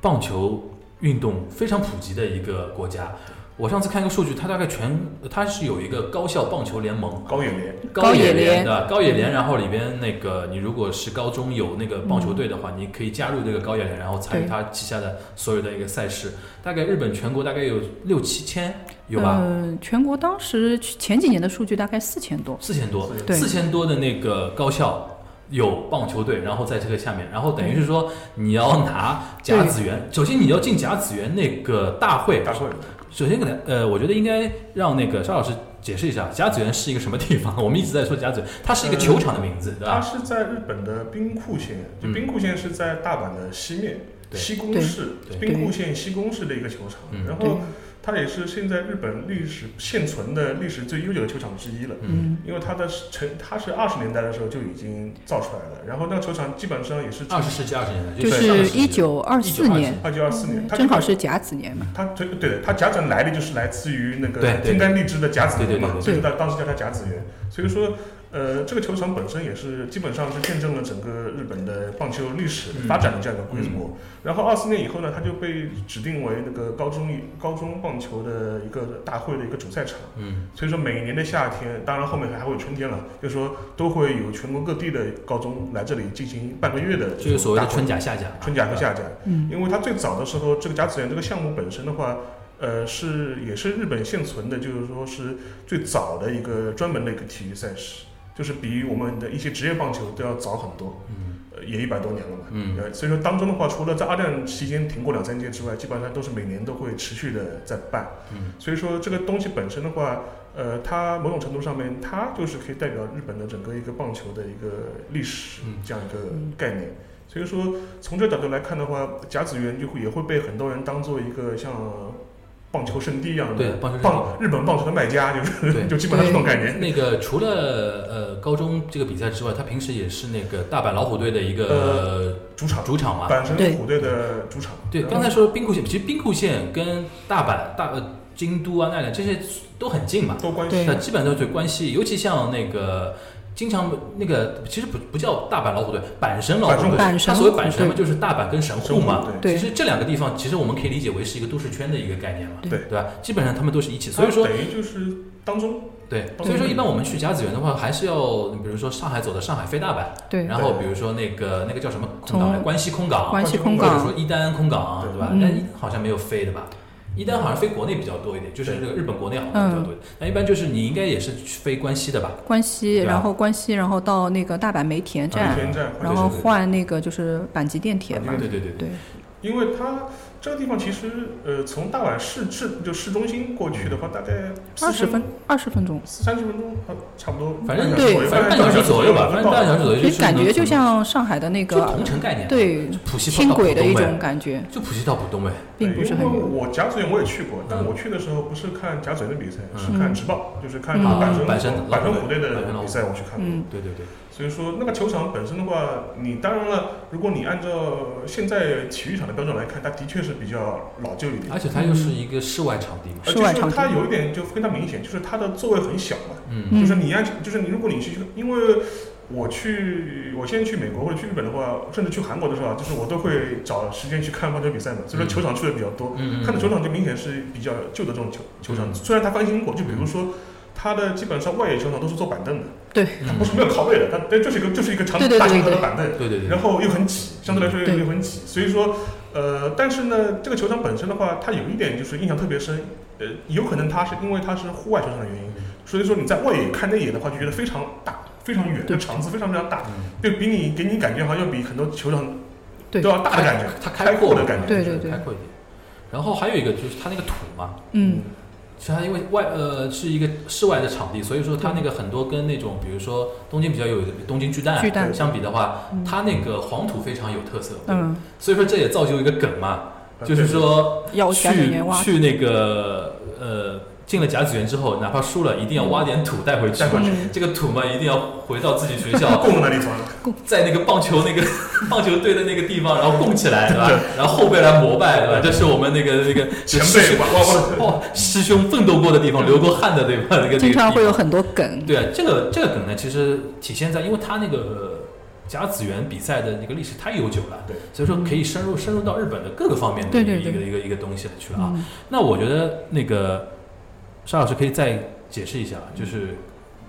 B: 棒球运动非常普及的一个国家。我上次看一个数据，它大概全它是有一个高校棒球联盟，
C: 高远联，
D: 高
B: 野
D: 野联
B: 的高野联，然后里边那个你如果是高中有那个棒球队的话，你可以加入这个高野联，然后参与
D: 嗯对
B: 它旗下的所有的一个赛事。大概日本全国大概有六七千，有吧？
D: 呃，全国当时前几年的数据大概四千多。
B: 四千多，
D: 对
B: 四千多的那个高校有棒球队，然后在这个下面，然后等于是说你要拿甲子园，首先你要进甲子园那个大会，
C: 大会，
B: 首先给他呃，我觉得应该让那个邵老师解释一下甲子园是一个什么地方。 我们一直在说甲子园，它是一个球场的名字，对
C: 它
B: 吧？
C: 是在日本的兵库县，就
B: 嗯
C: 兵库县是在大阪的西面，
B: 对
C: 西宫
D: 对
C: 市
B: 对，
C: 兵库县西宫市的一个球场
B: 嗯，
C: 然
D: 对
C: 后，它也是现在日本历史现存的历史最悠久的球场之一了。
B: 嗯
D: 嗯，
C: 因为它的成，它是二十年代的时候就已经造出来了，然后那个球场基本上也是
B: 二十世纪二十年代，
D: 嗯
C: 对
D: 就
B: 上个
D: 是
B: 世纪
D: 一九二四年，
C: 二九二四年，它
D: 正好是甲子年嘛。
C: 它对对的，它甲子园来历就是来自于那
B: 对
C: 个
B: 对
C: 天干地支的甲子园
B: 对
C: 嘛，
B: 对对对
C: 所以它当时叫它甲子园。所以说，呃，这个球场本身也是基本上是见证了整个日本的棒球历史
B: 嗯
C: 发展的这样一个规模。然后二四年以后呢，它就被指定为那个高中高中棒球的一个大会的一个主赛场。
B: 嗯
C: 所以说每年的夏天，当然后面还会有春天了，就是说都会有全国各地的高中来这里进行半个月的，
B: 就是所谓的春啊甲、夏甲，
C: 春甲和夏甲。
D: 嗯
C: 因为它最早的时候，这个甲子园这个项目本身的话，呃，是也是日本现存的，就是说是最早的一个专门的一个体育赛事，就是比我们的一些职业棒球都要早很多，
B: 嗯
C: 呃、也一百多年了嘛。
B: 嗯
C: 呃，所以说当中的话，除了在二战期间停过两三届之外，基本上都是每年都会持续的在办。
B: 嗯，
C: 所以说这个东西本身的话，呃，它某种程度上面，它就是可以代表日本的整个一个棒球的一个历史
B: 嗯
C: 这样一个概念。所以说从这角度来看的话，甲子园就会也会被很多人当做一个像棒球圣地一样
B: 对
C: 的
B: 棒球圣地
C: 嗯棒日本棒球的卖家，就
B: 对
C: 是 就基本上这种概念。
B: 那个除了呃高中这个比赛之外，他平时也是那个大阪老虎队的一个
C: 主场，
B: 主场嘛。
C: 阪
D: 对
C: 神虎队的主场。
B: 对，
C: 然后
B: 刚才说的兵库县，其实兵库县跟大阪、大呃京都啊、奈良这些都很近嘛。
C: 多关
D: 对
C: 系。
B: 那基本上对关系，尤其像那个经常那个，其实不不叫大阪老虎队，阪神老虎队。
D: 阪
B: 它
D: 神
B: 所谓阪神嘛，
D: 对
B: 就是大阪跟神户嘛。
D: 对
B: 其实这两个地方，其实我们可以理解为是一个都市圈的一个概念嘛，
C: 对
B: 对吧？基本上他们都是一起，所以说
C: 它等于就是当中
B: 对，
C: 对
B: 所以说一般我们去甲子园的话，还是要比如说上海走的上海飞大阪，
D: 对
B: 然后比如说那个那个叫什么空
D: 从
B: 港来，关西空港，
D: 关西空
B: 或者说
D: 港，
B: 一单空港，
C: 对
B: 对吧？
D: 嗯
B: 但一单好像没有飞的吧？一单好像飞国内比较多一点，就是这个日本国内好像比较多一点。
D: 嗯
B: 那一般就是你应该也是去飞关西的吧？
D: 关西，
B: 对啊啊
D: 然后关西，然后到那个大阪梅田
C: 羽
D: 站，
C: 田站，
D: 嗯然后换那个就是阪急电铁嘛
B: 对，对对啊对对，
D: 对，
C: 因为它这个地方其实呃，从大阪市市就市中心过去的话，大概
D: 二十分二十分钟，
C: 四三十分钟，呃差不多。
B: 反正
D: 对
B: 反正半小时左右吧，反正半
C: 时。
B: 小时左右
D: 所
B: 就
D: 以
B: 是
D: 感觉就
B: 能
D: 像上海的那
B: 就
D: 个
B: 同城概念，，
D: 对
B: 就浦西
D: 轻
B: 到浦
D: 轨的
B: 东
D: 一
B: 呗
D: 种感觉，
B: 就浦西到浦东呗，
D: 并不是很
C: 因为
D: 远。
C: 我甲子园我也去过，但
B: 嗯
C: 我去的时候不是看甲子园的比赛，
B: 嗯
C: 是看直报，就是看
D: 嗯
C: 阪神
B: 阪神
C: 阪神虎队
B: 阪神老
C: 的
B: 虎
C: 比赛，我去看过。
D: 嗯，
B: 对对对，
C: 所以说，那个球场本身的话，你当然了，如果你按照现在体育场的标准来看，它的确是比较老旧一点。
B: 而且它又是一个室外场地嘛，
C: 呃，
D: 室外
C: 就是
D: 场地
C: 它有一点就非常明显，就是它的座位很小嘛，
B: 嗯
D: 嗯
C: 就是你要，就是你，如果你去，因为我去，我现在去美国或者去日本的话，甚至去韩国的时候啊，就是我都会找时间去看棒球比赛嘛，所以说
B: 嗯
C: 球场去的比较多。
B: 嗯，
C: 看的球场就明显是比较旧的这种球球场，
B: 嗯
C: 虽然它翻新过，就比如说它的基本上外野球场都是坐板凳的，它
B: 嗯
C: 不是没有靠背的，它它就是一个就是一个长
D: 对对对
C: 大长条的
D: 对
C: 板凳，
B: 对对对，
C: 然后又很挤，相对来说又
D: 对
C: 又很挤，所以说，呃，但是呢，这个球场本身的话，它有一点就是印象特别深，呃，有可能它是因为它是户外球场的原因，
B: 嗯
C: 所以说你在外野看内野的话，就觉得非常大、非常远，
D: 对
C: 这场子非常非常大，
B: 嗯
C: 就比你给你感觉好像要比很多球场
D: 对
C: 都要大的感觉，
B: 它开阔
C: 开阔的感觉
D: 对对对
B: 开阔一点。然后还有一个就是它那个土嘛，
D: 嗯，
B: 其实它因为外呃是一个室外的场地，所以说它那个很多跟那种比如说东京比较有东京巨蛋
D: 巨蛋
B: 相比的话
D: 嗯，
B: 它那个黄土非常有特色，，
D: 嗯，
B: 所以说这也造就一个梗嘛，嗯
C: 嗯
B: 就是
C: 呃
B: 说
D: 要
B: 去
D: 甲子园挖，
B: 去那个呃进了甲子园之后，哪怕输了，一定要挖点土带回去
C: 带。回去，
D: 嗯，
B: 这个土嘛，一定要回到自己学 校，
C: 供那里装，
B: 在那个棒球那个 棒球队的那个地方，然后供起来，对吧？然后后辈来膜拜，对吧？这是我们那个那个
C: 前辈哇哇哇
B: 哇师兄奋斗过的地方，流过汗的对吧？那个那个
D: 经常会有
B: 地
D: 很多梗
B: 方。对啊，这个这个梗呢，其实体现在，因为他那个甲子园比赛的那个历史太悠久了，
C: 对，
B: 所以说可以深入深入到日本的各个方面的
D: 对
B: 一个
D: 对
B: 一个
D: 对
B: 一个一个东西了去了啊。
D: 嗯，
B: 那我觉得那个沙老师可以再解释一下，就是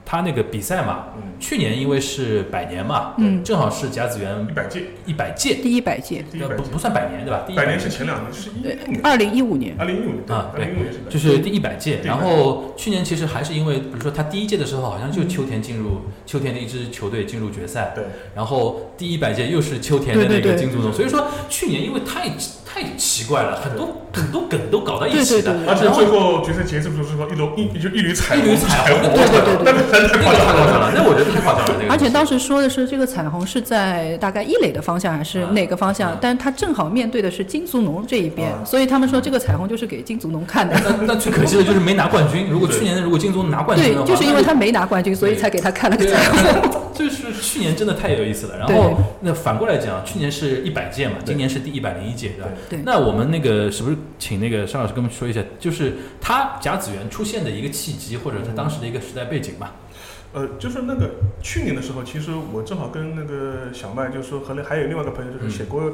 B: 他那个比赛嘛，
C: 嗯，
B: 去年因为是百年嘛，
D: 嗯
B: 正好是甲子园
C: 一百届，
B: 一百届，
D: 第一百届，呃
C: 第一
B: 呃
C: 百
B: 不
C: 届，
B: 不算百年对吧？第一
C: 百年是前两年，是一六年，
D: 二零一五年，
C: 二零一五年，对，
B: 啊
C: 二
B: 对
C: 零一五年是的，
B: 就是第一百届，
C: 对
B: 然后去年其实还是因为，比如说他第一届的时候好像就秋田进入
C: 嗯
B: 秋田的一支球队进入决赛，
C: 对，
B: 然后第一百届又是秋田的那
D: 对对
B: 个
D: 对
B: 金足总，所以说去年因为太太奇怪了，很多很多梗都搞到一
D: 对
B: 起
D: 对对
B: 的，
D: 对，
C: 而且
B: 然后
C: 最后决赛结束的时候，一楼一就一缕彩
B: 一
C: 虹，
B: 缕彩虹，
D: 对对对对
C: 那个真
B: 那
C: 的太
B: 个
C: 夸
B: 太
C: 张
B: 夸
C: 了。
B: 张了，那我觉得太夸张了，那个
D: 而且当时说的是这个彩虹是在大概一垒的方向还是哪个方向
B: 啊？
D: 但他正好面对的是金足农这一边，
B: 嗯
C: 啊
D: 所以他们说这个彩虹就是给金足农看的。
B: 那那最可惜的就是没拿冠军，如果
C: 对
B: 去年如果金足拿 冠军
D: 对
B: 的话，，
D: 就是因为他没拿冠军，所以才给他看了个
B: 对
D: 彩虹。
B: 啊，就是去年真的太有意思了。然后
D: 对
B: 那反过来讲，去年是一百届嘛，
C: 对
B: 今年是第一百零一届，对吧？
D: 对
B: 那我们那个是不是请那个沙老师跟我们说一下，就是他甲子园出现的一个契机，或者他当时的一个时代背景吧？
C: 呃，就是那个去年的时候，其实我正好跟那个小麦，就是说和那还有另外一个朋友，就是写过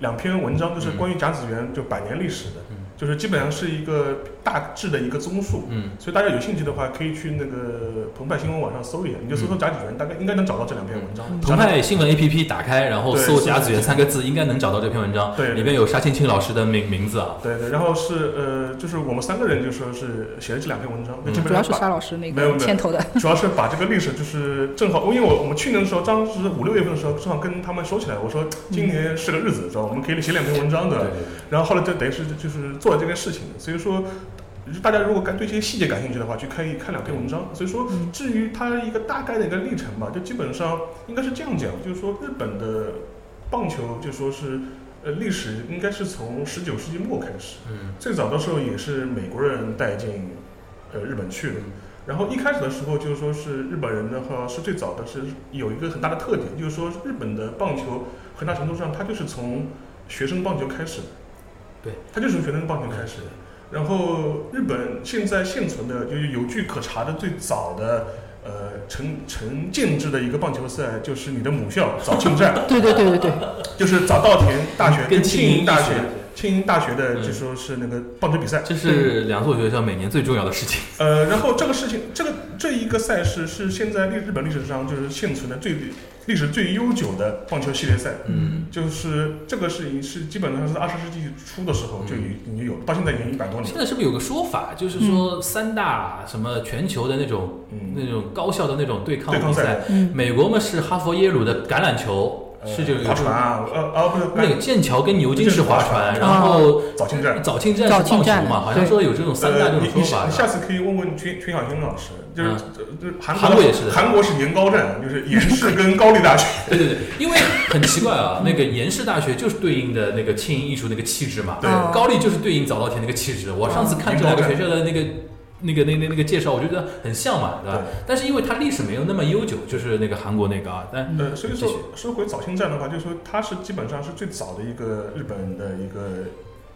C: 两篇文章，就是关于甲子园就百年历史的，就是基本上是一个大致的一个综述。
B: 嗯，
C: 所以大家有兴趣的话，可以去那个澎湃新闻网上搜一下，你就搜搜甲子园，大概应该能找到这两篇文
D: 嗯
C: 章。
B: 澎湃嗯新闻 APP 打开，然后
C: 对
B: 搜“
C: 是的
B: 甲子园”三个字，应该能找到这篇文章。
C: 对
B: 里面有沙青青老师的名名字啊。
C: 对对，然后是呃，就是我们三个人就说是写了这两篇文章，就基本
D: 嗯主要
C: 上
D: 是沙老师那
C: 没有没
D: 个
C: 有
D: 牵头的。
C: 主要是把这个历史就是正好，因为我我们去年的时候，当时五六月份的时候，正好跟他们说起来，我说今年是个日子，知道吧我们可以写两篇文章
B: 对
C: 的。然后后来就等于是就是做了这件事情，所以说。大家如果感对这些细节感兴趣的话，去看一看两篇文章。所以说，至于它一个大概的一个历程吧，就基本上应该是这样讲，就是说日本的棒球就说是呃历史应该是从十九世纪末开始，
B: 嗯
C: 最早的时候也是美国人带进呃日本去的。然后一开始的时候就是说是日本人的话是最早的是有一个很大的特点，就是说日本的棒球很大程度上它就是从学生棒球开始的，
B: 对，
C: 它就是从学生棒球开始的。然后日本现在现存的就是有据可查的最早的呃成成建制的一个棒球赛就是你的母校早庆站，
D: 对对对对对，
C: 就是早稻田大学
B: 跟
C: 庆应大
B: 庆
C: 学
B: 应大学
C: 庆应大学的
B: 嗯
C: 就说是那个棒球比赛，
B: 这是两所学校每年最重要的事情。
C: 呃，然后这个事情，这个这一个赛事是现在历日本历史上就是现存的最历史最悠久的棒球系列赛，
B: 嗯，
C: 就是这个事情是基本上是二十世纪初的时候就
B: 嗯
C: 已已经有，到现在已经一百多年
B: 现
C: 了。
B: 在是不是有个说法，就是说三大什么全球的那种
C: 嗯，
B: 那种高校的那种对抗
C: 对抗
B: 比赛
C: 赛？
D: 嗯，
B: 美国嘛是哈佛、耶鲁的橄榄球，
C: 呃
B: 是这个
C: 划船啊，呃啊不是
B: 那个剑桥跟牛津是划船，然后
C: 早庆站。
B: 早庆站
D: 早
B: 是
D: 庆
B: 棒球
D: 站
B: 嘛，好像说有这种三大这
C: 呃，
B: 种
C: 你
B: 说
C: 你
B: 法
C: 下你
B: 是吧。
C: 下次可以问问全全小英老师，就是
B: 嗯
C: 这就是韩
B: 韩
C: 国
B: 国
C: 的
B: 也是的
C: 韩国是岩高站，就是 岩士跟高丽大学，
B: 对对对，因为很奇怪啊，那个延世大学就是对应的那个庆应艺术那个气质嘛，
C: 对啊
D: 哦
B: 高丽就是对应早稻田那个气质。我上次看这两个学校的那个。那个、那、那、那个介绍，我觉得很像嘛，对吧？
C: 对
B: 但是因为它历史没有那么悠久，就是那个韩国那个啊，但
C: 呃，所以
B: 继续
C: 说说回早庆站的话，就是说它是基本上是最早的一个日本的一个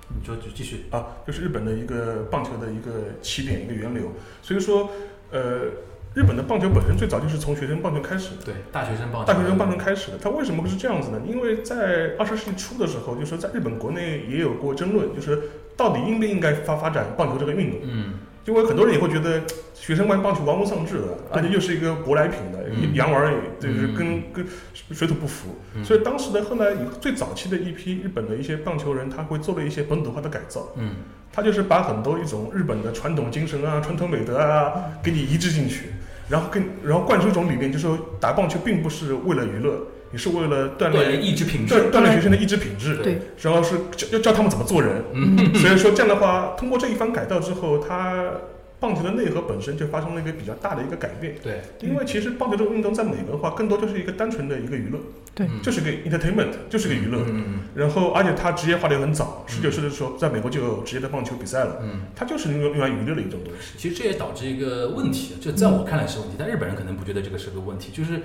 B: 你说就继续，
C: 啊，就是日本的一个棒球的一个起点，一个源流。所以说，呃，日本的棒球本身最早就是从学生棒球开始的，
B: 对，大学生棒球，
C: 大学生棒球开始的。它为什么会是这样子呢？因为在二十世纪初的时候，就是说在日本国内也有过争论，就是到底应不应该发发展棒球这个运动。
B: 嗯，
C: 因为很多人也会觉得学生玩棒球玩物丧志的，而且又是一个舶来品的
B: 嗯
C: 洋玩意，就是
B: 嗯
C: 跟跟水土不服。
B: 嗯
C: 所以当时的后来以最早期的一批日本的一些棒球人，他会做了一些本土化的改造。
B: 嗯，
C: 他就是把很多一种日本的传统精神啊、传统美德啊，给你移植进去，然后跟然后灌输一种理念，就是说打棒球并不是为了娱乐，你是为了锻
B: 对
C: 炼
B: 意志品质，
C: 锻锻炼学生的意志品质，
D: 对，
C: 然后是教要教他们怎么做人。
B: 嗯，
C: 所以说这样的话，通过这一番改造之后，他棒球的内核本身就发生了一个比较大的一个改变。
B: 对，
C: 因为其实棒球这个运动在美国的话，更多就是一个单纯的一个娱乐，
D: 对
B: 嗯
C: 就是个 entertainment，就是个娱乐。
B: 嗯
C: 然后，而且它职业化的也很早，十九岁的时候，在美国就有职业的棒球比赛了。
B: 嗯，
C: 它就是用用来娱乐的一种东西。
B: 其实这也导致一个问题，就在我看来是问题，但日本人可能不觉得这个是个问题。就是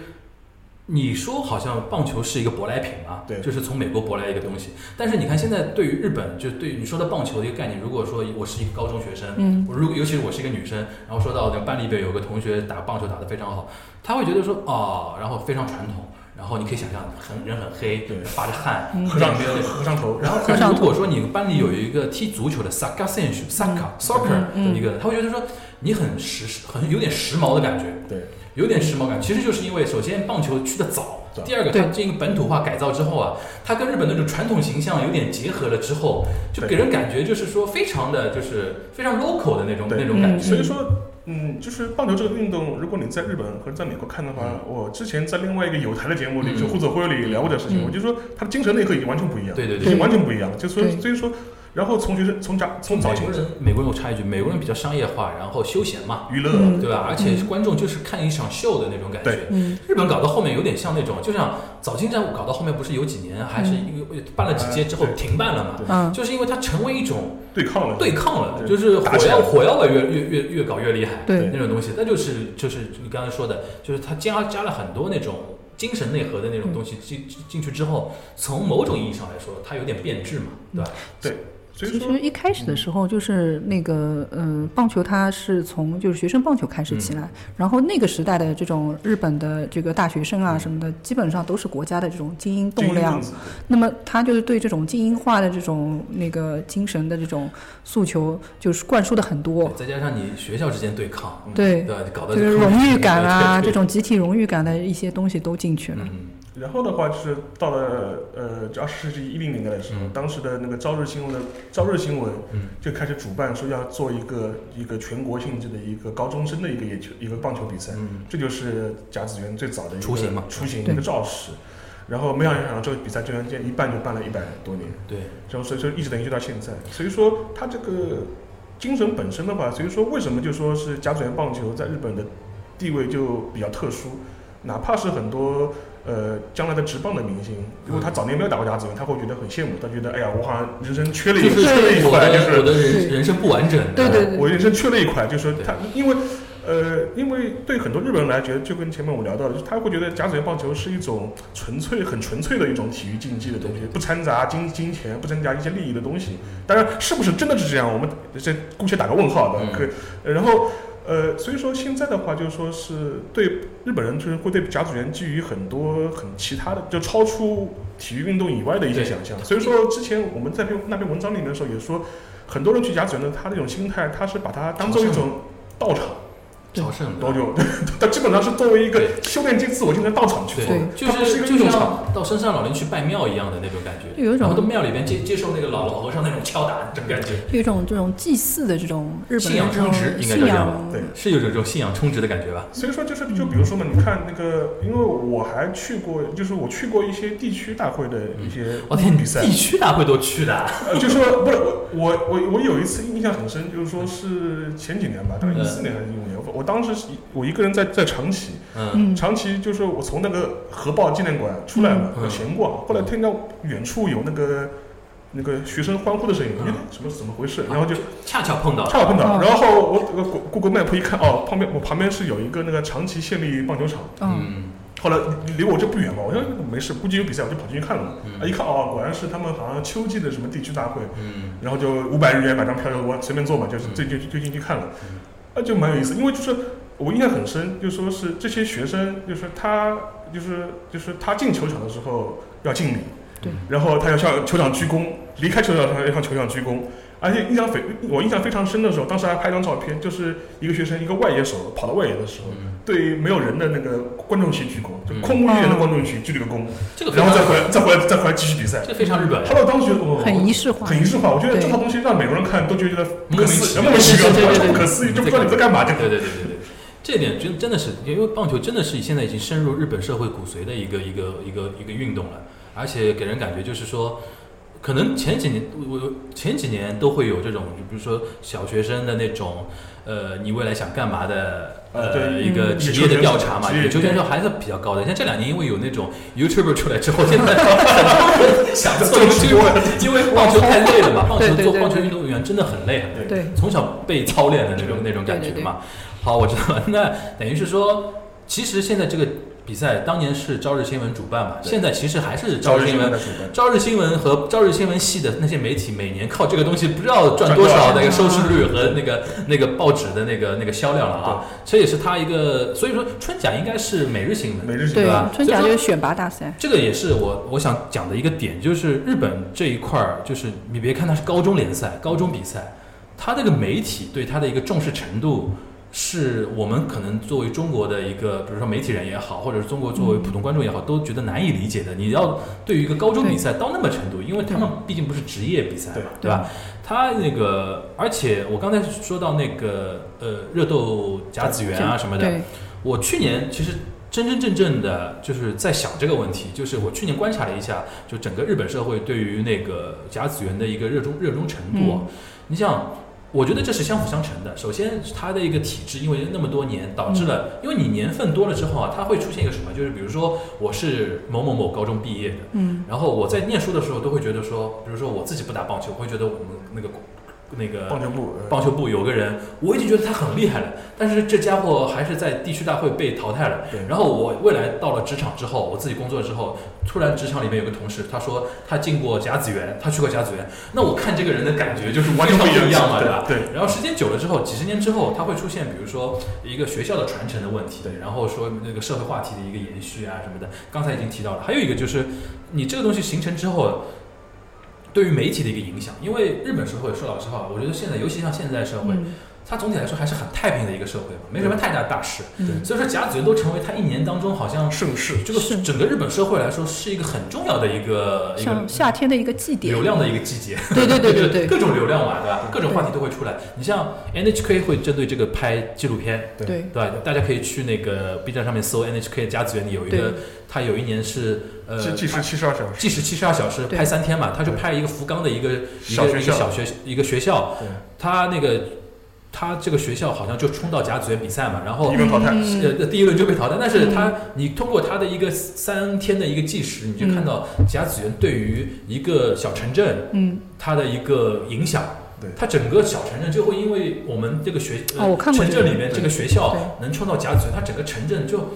B: 你说好像棒球是一个舶来品啊，
C: 对
B: 就是从美国舶来一个东西。但是你看现在对于日本，就对于你说的棒球的一个概念，如果说我是一个高中学生，
D: 嗯，
B: 我如果尤其是我是一个女生，然后说到那个班里边有个同学打棒球打得非常好，他会觉得说哦，然后非常传统，然后你可以想象很人很黑
C: 对，
B: 发着汗，
D: 嗯
C: 合
B: 上
C: 上合上 头，然后
B: 但是如果说你班里有一个踢足球的 Saka 选手，Saka
D: 嗯
B: soccer 的一个人，他会觉得说你很时很有点时髦的感觉，
C: 对，
B: 有点时髦感。其实就是因为首先棒球去的早，
C: 对
B: 第二个
D: 对
B: 它经本土化改造之后啊，它跟日本那种传统形象有点结合了之后，就给人感觉就是说非常的就是非常 local 的那种
C: 对
B: 那种感觉。
C: 所以说，嗯，就是棒球这个运动，如果你在日本或者在美国看的话，我之前在另外一个有台的节目里，
B: 嗯
C: 就《互走会》里聊过这事
B: 嗯
C: 情，我就说它的精神内核已经完全不一样，
B: 对对
C: 已
B: 对。
C: 经完全不一样。就所以
D: 对
C: 所以说，然后从学生从家从早
B: 美
C: 期
B: 国人，美国人我插一句，美国人比较商业化，然后休闲嘛，
C: 娱乐，
D: 嗯
B: 对吧？而且观众就是看一场秀的那种感觉
C: 对。
D: 嗯，
B: 日本搞到后面有点像那种，就像早庆站搞到后面不是有几年还是因为办了几届之后
C: 嗯对
B: 停办了嘛，
D: 嗯，
B: 就是因为它成为一种
C: 对抗了，
B: 对抗了，
C: 对
B: 就是火
C: 打起来
B: 药
C: 了
B: 火药了越越越越搞越厉害，
D: 对
B: 那种东西，那就是就是你刚才说的，就是它加加了很多那种精神内核的
D: 嗯
B: 那种东西进进进去之后，从某种意义上来说，它有点变质嘛，对吧？
C: 对。所以
D: 其
C: 说
D: 实一开始的时候，就是那个呃，棒球它是从就是学生棒球开始起来，然后那个时代的这种日本的这个大学生啊什么的，基本上都是国家的这种精
C: 精
D: 英栋
C: 英
D: 梁
C: 分，子
D: 那么他就是对这种精英化的这种那个精神的这种诉求，就是灌输的很多，
B: 再加上你学校之间对抗，
D: 对
B: 对吧？搞得
D: 就是荣誉感 啊，
B: 对对
D: 这
B: 对
D: 种集体荣誉感的一些东西都进去了。
C: 然后的话就是到了呃二十世纪一零年代的时候，当时的那个朝日新闻的朝日新闻
B: 嗯
C: 就开始主办说要做一个一个全国性质的一个高中生的一个野球一个棒球比赛，
B: 嗯
C: 这就是甲子园最早的一个
B: 雏形嘛
C: 雏形
D: 对
C: 一个肇始。然后没有想到这个比赛居然间一办就办了一百多年，
B: 对，
C: 然后所以说一直延续到现在。所以说它这个精神本身的话，所以说为什么就说是甲子园棒球在日本的地位就比较特殊，哪怕是很多呃将来的职棒的明星，
B: 嗯
C: 如果他早年没有打过甲子园，他会觉得很羡慕，他觉得哎呀，我好像人生缺了一
B: 就是
C: 缺了一
B: 我
C: 块，就
B: 的
C: 是
B: 我的人
D: 对
B: 人生不完整，
D: 对对对
C: 呃我人生缺了一块，就是
B: 对
C: 他因为。呃，因为对很多日本人来觉得，就跟前面我聊到的，就是他会觉得甲子园棒球是一种纯粹、很纯粹的一种体育竞技的东西，不掺杂金金钱，不掺杂一些利益的东西。当然，是不是真的是这样，我们呃这姑且打个问号的。
B: 嗯
C: 可、然后，呃，所以说现在的话，就是说是对日本人就是会对甲子园基于很多很其他的，就超出体育运动以外的一些
B: 对
C: 想象。所以说之前我们在篇那篇文章里面的时候也说，很多人去甲子园的他那种心态，他是把它当做一种道场，
B: 朝圣的
C: 多。久？ 他基本上是作为一个
B: 嗯对
C: 修炼进自我进的道场去做
B: 对就
D: 对，，
C: 它不是一
B: 是
C: 个
B: 就
C: 运动场。
B: 像到深山老林去拜庙一样的那种感觉，
D: 有一种
B: 然后到庙里边接接受那个老老和尚那种敲打这种感觉，
D: 有一种这种祭祀的这种日本
B: 信
D: 的
B: 仰
D: 这种
B: 充值应该叫
D: 信
B: 这样吧
D: 仰，
C: 对
B: 是有这种信仰充值的感觉吧？
C: 所以说就是就比如说嘛，你看那个，因为我还去过，就是我去过一些地区大会的一些
B: 我天，你
C: 比
B: 嗯
C: 赛，
B: 哦地区大会都去的啊，
C: 呃，就说不是我我我我有一次印象很深，就是说是前几年吧，大概一四年还是一五年，我我当时是我一个人在在长崎，
B: 嗯，
D: 嗯，
C: 长崎就是我从那个核爆纪念馆出来嘛，
B: 嗯
C: 我闲逛，后来听到远处有那个那个学生欢呼的声音，
B: 嗯啊
C: 哎什么怎么回事？然后就
B: 恰巧碰到，
C: 差点碰到，
D: 嗯
C: 然后我我 Google Map 一看，哦，旁边我旁边是有一个那个长崎县立棒球场。
D: 嗯，
B: 嗯，
C: 后来离我这不远嘛，我说哎没事，估计有比赛，我就跑进去看了。
B: 嗯
C: 啊，一看哦，果然是他们好像秋季的什么地区大会，
B: 嗯，
C: 然后就五百日元买张票，就我随便坐嘛，就是最近最近去看了，啊，就蛮有意思，因为就是我印象很深，就说是这些学生，就是他就是就是他进球场的时候要敬礼，
D: 对，
C: 然后他要向球场鞠躬，离开球场他要向球场鞠躬。而且印象非我印象非常深的时候，当时还拍张照片，就是一个学生一个外野手跑到外野的时候，
B: 嗯
C: 对没有人的那个观众席鞠躬，就
B: 嗯
C: 空无一人的观众席鞠了个躬，
B: 这个非
C: 然后再
B: 常
C: 回来再回来再回来继续比赛
B: 这。个非常日本，
C: 他到当时觉得哦，
D: 很仪式化，
C: 很仪式化。我觉得
D: 对
C: 这套东西让美国人看都觉得不
B: 莫
C: 可
B: 名
C: 思
B: 其
C: 议，
B: 妙
C: 莫名其妙，
B: 对对对
C: 这
B: 对
C: 不可思议，
B: 对
C: 就不知道你在干嘛。这个
B: 对对对对对，这点真真的是，因为棒球真的是现在已经深入日本社会骨髓的一个一个一个一个运动了，而且给人感觉就是说。可能前几年，我我前几年都会有这种，就比如说小学生的那种，呃，你未来想干嘛的，
C: 啊
B: 呃，
C: 对
B: 一个
C: 嗯
B: 职业的调查嘛，
C: 职业
B: 野球选手还是比较高的。像这两年，因为有那种 YouTuber 出来之后，现在很多人想做
C: 做直
B: YouTuber，
C: 播
B: 因为棒球太累了嘛，棒
D: 对
B: 球
D: 对
B: 做
D: 对
B: 棒球
D: 对
B: 运动员真的很累很累。
D: 对，
B: 从小被操练的那种那种感觉
D: 对对对
B: 嘛。好，我知道了。那等于是说，其实现在这个比赛当年是朝日新闻主办嘛，
C: 对
B: 现在其实还是朝日新
C: 新
B: 闻。
C: 闻的主办。
B: 朝日新闻和朝日新闻系的那些媒体，每年靠这个东西不知道赚多少
C: 赚
B: 那
C: 多
B: 个
D: 少
B: 收视率和那个那个报纸的那个那个销量了啊！这也是他一个，所以说春假应该是每日新闻，
C: 每日新
D: 对
C: 闻
B: 吧，所
D: 春
B: 以
D: 假
B: 说
D: 就是选拔大赛，
B: 这个也是我我想讲的一个点，就是日本这一块儿，就是你别看它是高中联赛、高中比赛，它这个媒体对它的一个重视程度，是我们可能作为中国的一个，比如说媒体人也好，或者是中国作为普通观众也好，都觉得难以理解的。你要对于一个高中比赛到那么程度，因为他们毕竟不是职业比赛嘛，对
D: 对
B: 吧？他那个，而且我刚才说到那个呃热斗甲子园啊什么的，
D: 对，
B: 我去年其实真真正正的就是在想这个问题，就是我去年观察了一下，就整个日本社会对于那个甲子园的一个热衷热衷程度啊。你想，我觉得这是相辅相成的。首先，它的一个体制，因为那么多年导致了，因为你年份多了之后啊，它会出现一个什么？就是比如说我是某某某高中毕业的，
D: 嗯，
B: 然后我在念书的时候都会觉得说，比如说我自己不打棒球，我会觉得我们那个那个
C: 棒球部，呃
B: 棒球部有个人，我已经觉得他很厉害了，但是这家伙还是在地区大会被淘汰了。
C: 对
B: 然后我未来到了职场之后，我自己工作之后，突然职场里面有个同事，他说他进过甲子园，他去过甲子园，那我看这个人的感觉就是完全不一样嘛，对吧？
C: 对，
B: 然后时间久了之后，几十年之后，它会出现，比如说一个学校的传承的问题，对，然后说那个社会话题的一个延续啊什么的。刚才已经提到了，还有一个就是你这个东西形成之后，对于媒体的一个影响。因为日本社会说老实话，我觉得现在，尤其像现在社会，
D: 嗯
B: 它总体来说还是很太平的一个社会嘛，没什么太大大事。
D: 嗯
B: 所以说甲子园都成为它一年当中好像
C: 盛世，
B: 这个
D: 是
B: 整个日本社会来说是一个很重要的一个一个
D: 像夏天的一个祭典
B: 流，量的一个季节。
D: 对对对
B: 就
D: 对
B: 是
D: 对
B: 各种流量嘛，对吧？
C: 对
B: 各种话题都会出来。你像 NHK 会针对这个拍纪录片，
C: 对
D: 对
B: 对吧？大家可以去那个 B 站上面搜 NHK 甲子园，里有一
D: 对
B: 个，它有一年是呃
C: 计计时七十二小时，
B: 计时七十二小时
D: 对
B: 拍三天嘛，他就拍一个福冈的一个一
C: 小
B: 个
C: 学
B: 一个
C: 校
B: 小学一个学校，
C: 对，
B: 他那个他这个学校好像就冲到甲子园比赛嘛，然后
C: 一轮淘汰，
D: 嗯
B: 呃，第一轮就被淘汰，但是
D: 嗯
B: 他、你通过他的一个三天的一个计时，你就看到甲子园对于一个小城镇，
D: 嗯，
B: 它的一个影响。
C: 对
B: 它整个小城镇就会因为我们这个学呃
D: 哦我看过
B: 城
D: 这个
B: 镇里面这个学校
D: 对
B: 能创造甲子园，它整个城镇就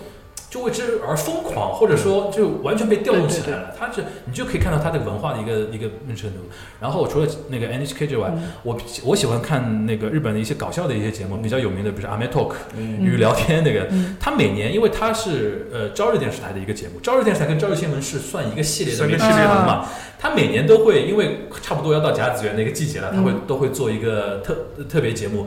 B: 就为之而疯狂，或者说就完全被调动起来了。它是你就可以看到它的文化的一个一个程度。然后除了那个 NHK 之外，
D: 嗯
B: 我我喜欢看那个日本的一些搞笑的一些节目，比较有名的，比如说 a m e Talk
C: 嗯，
B: 与聊天那个，
D: 嗯
B: 它每年因为它是呃朝日电视台的一个节目，朝日电视台跟朝日新闻是算一个系列的
C: 算一
B: 媒
C: 个
B: 体
D: 系列的
B: 嘛，它每年都会因为差不多要到甲子园的一个季节了，它会
D: 嗯
B: 都会做一个特特别节目。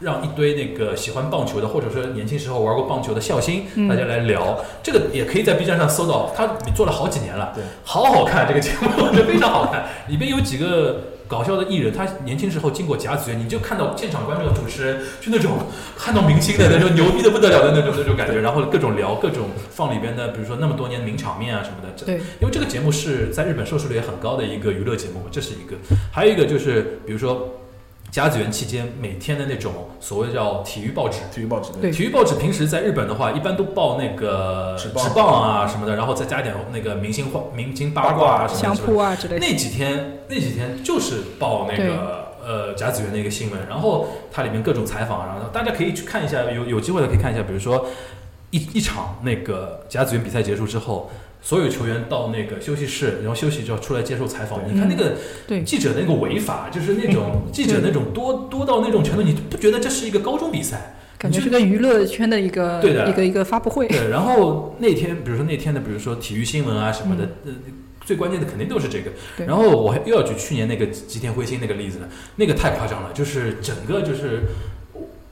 B: 让一堆那个喜欢棒球的，或者说年轻时候玩过棒球的孝心，
D: 嗯
B: 大家来聊这个，也可以在 B 站上搜到。他做了好几年了，
C: 对，
B: 好好看这个节目， 我觉得非常好看。里边有几个搞笑的艺人，他年轻时候进过甲子园，你就看到现场观众、主持人就那种看到明星的那种牛逼的不得了的那种那种感觉，然后各种聊各种放里边的，比如说那么多年的名场面啊什么的。这
D: 对，
B: 因为这个节目是在日本收视率也很高的一个娱乐节目，这是一个。还有一个就是，比如说甲子园期间每天的那种所谓叫体育报纸。
C: 体育报纸的，
D: 对
B: 体育报纸平时在日本的话，一般都报那个
C: 纸棒
B: 啊什么的，然后再加点那个明星话、明星八卦啊什么
D: 相
B: 的什么的
D: 扑。啊之类的，
B: 那几天那几天就是报那
D: 对
B: 个呃甲子园的一个新闻，然后它里面各种采访，然后大家可以去看一下，有有机会的可以看一下，比如说一一场那个甲子园比赛结束之后。所有球员到那个休息室，然后休息之后出来接受采访。
C: 对
B: 你看那个
D: 对
B: 记者那个违法，就是那种记者那种多多到那种程度，你不觉得这是一个高中比赛？
D: 感觉是个娱乐圈的一个
B: 对的
D: 一个一个发布会，
B: 对，然后那天，比如说那天的，比如说体育新闻啊什么的，呃，最关键的肯定都是这个。
D: 嗯对
B: 然后我还又要举去年那个吉田辉星那个例子了，那个太夸张了，就是整个就是。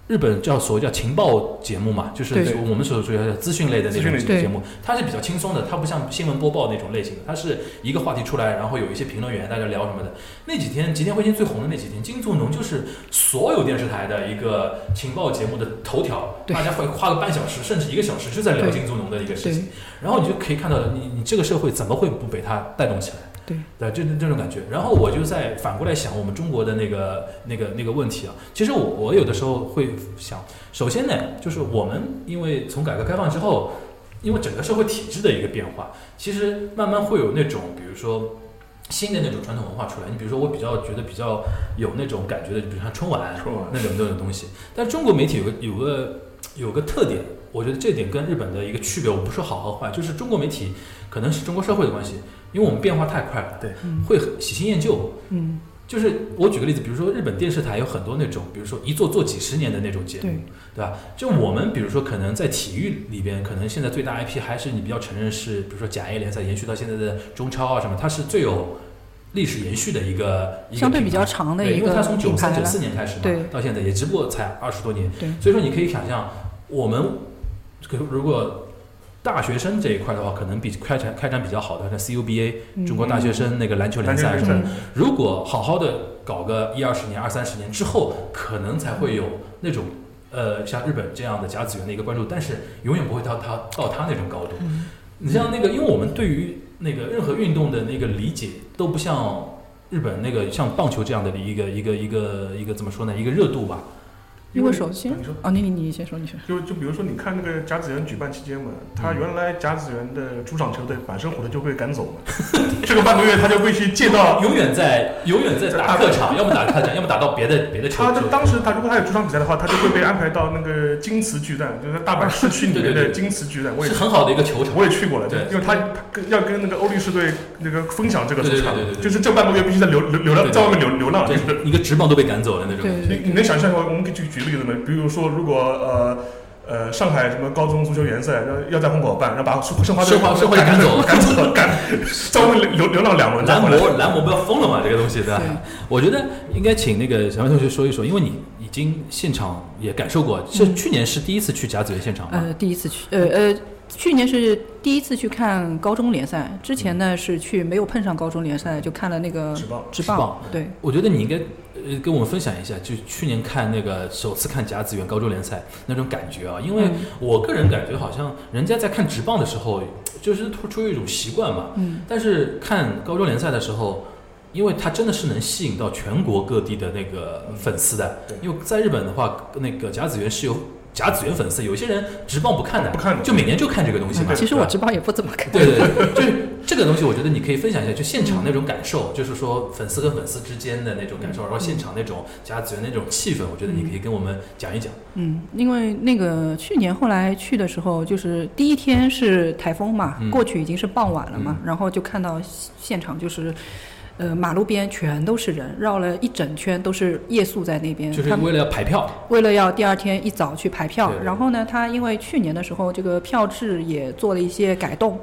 B: 日本叫所谓叫情报节目嘛，就是
D: 对
B: 说我们所说的资讯类的那
C: 资讯类
B: 种
C: 的
B: 节目，它是比较轻松的，它不像新闻播报那种类型的，它是一个话题出来，然后有一些评论员大家聊什么的。那几天吉田辉星最红的那几天，金柱农就是所有电视台的一个情报节目的头条，
D: 对
B: 大家会花个半小时甚至一个小时就在聊
D: 对
B: 金柱农的一个事
D: 对
B: 情。然后你就可以看到，你你这个社会怎么会不被它带动起来？
D: 对
B: 对，这这种感觉。然后我就在反过来想我们中国的那个那个那个问题啊。其实我我有的时候会想，首先呢，就是我们因为从改革开放之后，因为整个社会体制的一个变化，其实慢慢会有那种，比如说。新的那种传统文化出来，你比如说我比较觉得比较有那种感觉的，就比如像春晚
C: 春晚
B: 那种那种东西。但中国媒体有个有个有个特点，我觉得这点跟日本的一个区别，我不说好和坏，就是中国媒体可能是中国社会的关系，因为我们变化太快了，
C: 对
D: 嗯
B: 会很喜新厌旧。
D: 嗯，
B: 就是我举个例子，比如说日本电视台有很多那种，比如说一做做几十年的那种节目，
D: 对
B: 对吧？就我们比如说可能在体育里边，可能现在最大 IP 还是你比较承认是，比如说甲 A 联赛延续到现在的中超啊什么，它是最有历史延续的一个一个
D: 相对比
B: 品牌
D: 较长的
B: 对，
D: 一
B: 因为它
D: 个
B: 从九
D: 品
B: 三
D: 牌
B: 九
D: 了
B: 四，年开始嘛
D: 对，
B: 到现在也只不过才二十多年，
D: 对
B: 所以说你可以想象，我们这个如果大学生这一块的话，可能比开展开展比较好的，像 CUBA
D: 嗯
B: 中国大学生那个篮球联
C: 篮球
B: 赛
C: 联
B: 什
C: 赛
B: 么，如果好好的搞个一二十年、二三十年之后，可能才会有那种。呃，像日本这样的甲子园的一个关注，但是永远不会到他到他那种高度。你像那个，因为我们对于那个任何运动的那个理解都不像日本那个像棒球这样的一个一个一个一个怎么说呢？一个热度吧。
D: 因为首先
C: 啊你说，
D: 哦，你你你先说，你先说。
C: 就就比如说，你看那个甲子园举办期间嘛，他
B: 嗯
C: 原来甲子园的主场球队板生虎的就被赶走嘛，这个半个月他就被去借到，
B: 永远在永远在打客场，要么打客场，要么打到别的别的球
C: 他
B: 队
C: 就。当时他如果他有主场比赛的话，他就会被安排到那个京瓷巨蛋， 就是大阪市区里面
B: 对对
C: 的
B: 对
C: 京瓷巨蛋，我也
B: 是很好的一个球场，
C: 我也去过了，
B: 对
C: 因为他他跟要跟那个欧力士队那个分享这个主场
B: 对对对对，对
C: 就是这半个月必须在流流流浪，
B: 对对对
C: 在外面流流浪，就是
B: 对，一个职棒都被赶走了那种。
D: 对
C: 你你能想象吗？我们可以举举例子吗？比如说，如果呃呃上海什么高中足球联赛要要在虹口办，然后把申花
B: 申花申花给
C: 赶
B: 赶走
C: 赶走，赶稍微流流浪两轮再
B: 蓝
C: 回来。
B: 魔蓝魔不要疯了嘛，这个东西对吧
D: 对？
B: 我觉得应该请那个小麦同学说一说，因为你已经现场也感受过，是去年是第一次去甲子园现场吗？
D: 呃，第一次去，呃呃，去年是第一次去看高中联赛，之前呢是去没有碰上高中联赛，就看了那个
C: 职棒
D: 职
B: 职棒
D: 对，
B: 我觉得你应该呃跟我们分享一下，就去年看那个首次看甲子园高中联赛那种感觉啊，因为
D: 嗯
B: 我个人感觉好像人家在看职棒的时候，就是突出于一种习惯嘛，
D: 嗯，
B: 但是看高中联赛的时候，因为它真的是能吸引到全国各地的那个粉丝的
C: 对，
B: 因为在日本的话，那个甲子园是有甲子园粉丝，有些人职棒不看的，
C: 不看的
B: 就每年就看这个东西嘛。
D: 嗯其实我
B: 对吧
D: 职棒也不怎么看，
B: 对对对，就是这个东西，我觉得你可以分享一下，就现场那种感受，就是说粉丝跟粉丝之间的那种感受，然后现场那种甲子园那种气氛，我觉得你可以跟我们讲一讲。
D: 嗯，因为那个去年后来去的时候，就是第一天是台风嘛，
B: 嗯
D: 过去已经是傍晚了嘛，然后就看到现现场就是，呃，马路边全都是人，绕了一整圈都是夜宿在那边，
B: 就是
D: 他们
B: 为了要排票，
D: 为了要第二天一早去排票
B: 对，
D: 然后呢，他因为去年的时候这个票制也做了一些改动，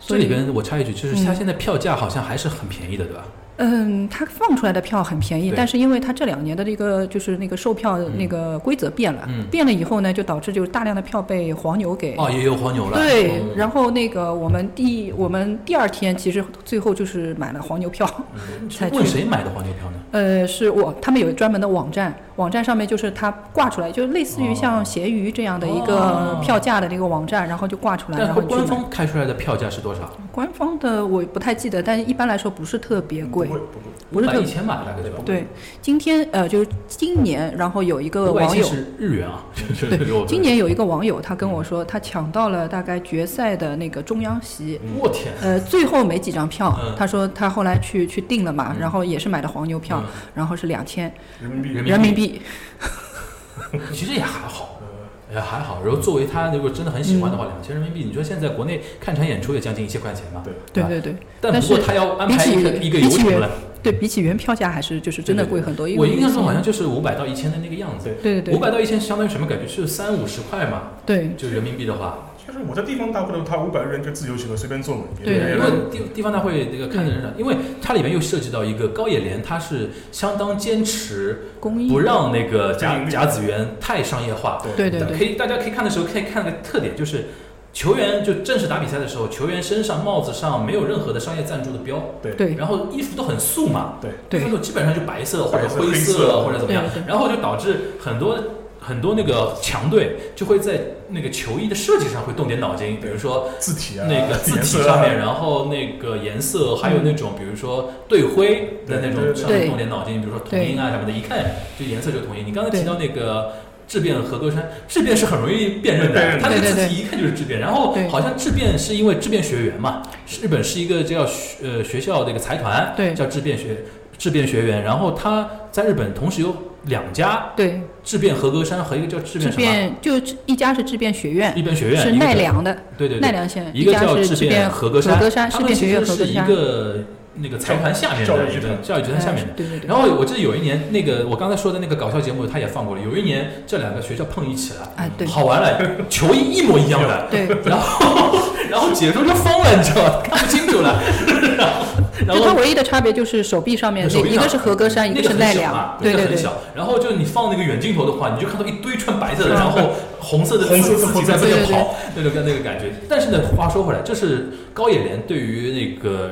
B: 这
D: 所
B: 里
D: 以
B: 边我插一句，就是它
D: 嗯
B: 现在票价好像还是很便宜的，对吧？
D: 嗯，他放出来的票很便宜
B: 对，
D: 但是因为他这两年的这个就是那个售票那个规则变了，
B: 嗯
D: 变了以后呢，就导致就是大量的票被黄牛给。
B: 哦，也有黄牛了。
D: 对，
B: 嗯
D: 然后那个我们第我们第二天其实最后就是买了黄牛票，
B: 嗯
D: 才
B: 问
D: 去
B: 谁买的黄牛票呢？
D: 呃，是我他们有专门的网站，网站上面就是它挂出来，就类似于
B: 哦
D: 像闲鱼这样的一
B: 哦
D: 个票价的这个网站，然后就挂出来，
B: 但
D: 然后你去
B: 官
D: 买。
B: 方开出来的票价是多少？
D: 官方的我不太记得，但是一般来说不是特别贵
C: 不，会不会，
D: 不是
B: 百
D: 特
B: 一
D: 别。
B: 千吧，大概对吧？
D: 对，今天呃，就是今年，然后有一个
B: 外
D: 网
B: 星
D: 友，
B: 是日元啊，
D: 对
B: 这是我
D: 今年有一个网友他跟我说，他抢到了大概决赛的那个中央席，
B: 嗯我天，
D: 呃，最后没几张票
B: 嗯，
D: 他说他后来去去订了嘛，然后也是买的黄牛票
B: 嗯，
D: 然后是两千
C: 人民币
B: 人
D: 人民币，
B: 其实也还好，
C: 呃
B: 也还好。然后作为他如果真的很喜欢的话，两千人民币，你说现在国内看场演出也将近一千块钱吧？
C: 对
D: 嗯对
B: 吧。
D: 对对，
B: 但
D: 但
B: 不过
D: 是
B: 他要安
D: 比
B: 排
D: 起
B: 一个一个
D: 比
B: 游
D: 起
B: 程
D: 原
B: 了，
D: 对比起原票价还是就是真的贵很多，因为
B: 我印象中好像就是五百到一千的那个样子。
D: 对对
B: 五
D: 对
B: 百到一千相当于什么感觉？是三五十块嘛，
D: 对
B: 就人民币的话，
C: 就是我在地方大部分他五百日元就自由行了，随便坐嘛。也
D: 对
C: 也
B: 因为地地方大会这个看的人少，因为它里面又涉及到一个高野连，它是相当坚持
D: 公益
B: 不让那个甲
C: 对盈利
B: 甲子园太商业化。
D: 对对
B: 可以大家可以看的时候可以看个特点，就是球员就正式打比赛的时候，球员身上帽子上没有任何的商业赞助的标，
C: 对
D: 对
B: 然后衣服都很素嘛，
C: 对
D: 对
B: 那种基本上就白色或者
C: 白色
B: 灰
C: 黑色
B: 或者怎么样
D: 对，对
B: 然后就导致很多。很多那个强队就会在那个球衣的设计上会动点脑筋，比如说
C: 字体啊，
B: 那个字
C: 颜
B: 体
C: 色
B: 上
C: 啊
B: 面，然后那个颜色，还有那种比如说队徽的那种
C: 对对对
B: 上面
D: 对
B: 动点脑筋，比如说同音啊什么的，一看就颜色就同音。你刚才提到那个质变和歌山，质变是很容易辨认
C: 辨
B: 的，
C: 认
B: 它
C: 的
B: 那个
D: 对
B: 字
D: 对
B: 体一看就是质变。然后
D: 对
B: 好像质变是因为质变学员嘛，日本是一个叫学呃学校的一个财团，
D: 对
B: 叫质变学质变学员。然后他在日本同时有两家
D: 对，
B: 质变和歌山和一个叫质
D: 质
B: 变什么
D: 变就一家是质变学院
B: 一，边学院，
D: 是
B: 一个
D: 奈
B: 叫
D: 良的，
B: 对对对
D: 奈良县，
B: 一个
D: 家
B: 叫
D: 是
B: 质
D: 质
B: 变
D: 变
B: 合歌
D: 山，
B: 山，
D: 合歌山
B: 他
D: 质
B: 们
D: 变
B: 其
D: 学院
B: 实
D: 合
B: 是
D: 歌
B: 一
D: 山，
B: 个那个财团下面
C: 教
B: 的
C: 育
B: 一
C: 集
B: 个
C: 团
B: 教育集团下面的。
D: 哎对对对。
B: 然后我记得有一年，那个我刚才说的那个搞笑节目，他也放过了。有一年，这两个学校碰一起了，
D: 哎对
B: 好玩了，球衣一模一样的，
D: 对，
B: 然后然后解说就疯了，你知道吧？看不清楚了， 然
D: 就它
B: 后。
D: 唯一的差别就是手臂上面，
B: 手臂
D: 一
B: 上
D: 个是合歌山，一
B: 那
D: 是
B: 很
D: 奈
B: 小
D: 良，
B: 嘛
D: 对
B: 那
D: 对
B: 个很
D: 对
B: 小。然后就你放那个远镜头的话，你就看到一堆穿白色的，
D: 啊
B: 然后红色的
C: 红色
B: 字
C: 字
B: 体
C: 体
B: 在
C: 在
B: 那
D: 那
B: 边
D: 边
B: 跑，那种那个感觉。但是呢，话说回来，这是高野连对于那个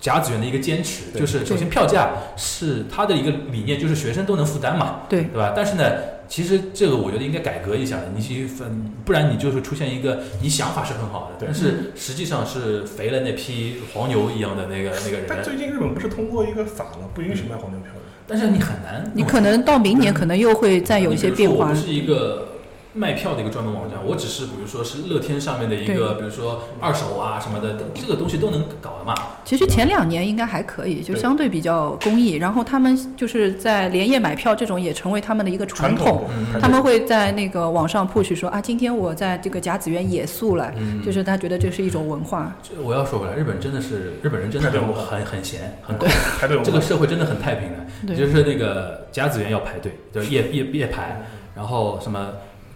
B: 甲子园的一个坚持，
A: 对
B: 就是首先票价是他的一个理念，就是学生都能负担嘛，
D: 对
B: 对吧？但是呢，其实这个我觉得应该改革一下，你去分，不然你就是出现一个你想法是很好的，
C: 对
B: 但是实际上是肥了那批黄牛一样的那个那个
C: 但
B: 人，
C: 最近日本不是通过一个法了，不允许卖黄牛票
D: 嗯
C: 的。
B: 但是你很难，
D: 你可能到明年可能又会再有一些
B: 你比
D: 变
B: 如说我
D: 化
B: 嗯不。是一个卖票的一个专门网站，我只是比如说是乐天上面的一个，比如说二手啊什么的，这个东西都能搞的嘛。
D: 其实前两年应该还可以，就
C: 对
D: 相对比较公益。然后他们就是在连夜买票这种也成为他们的一个传统。
C: 统
B: 嗯
C: 还是
D: 他们会在那个网上 push 说啊，今天我在这个甲子园野宿了，
B: 嗯
D: 就是他觉得这是一种文化。
B: 这我要说回来，日本真的是日本人真的
C: 太
B: 很
C: 对我
B: 很很闲，很
C: 对排
D: 嗯
C: 队
B: 这个
C: 我
B: 社会真的很太平了，
D: 对
B: 就是那个甲子园要排队，就是夜夜夜排，然后什么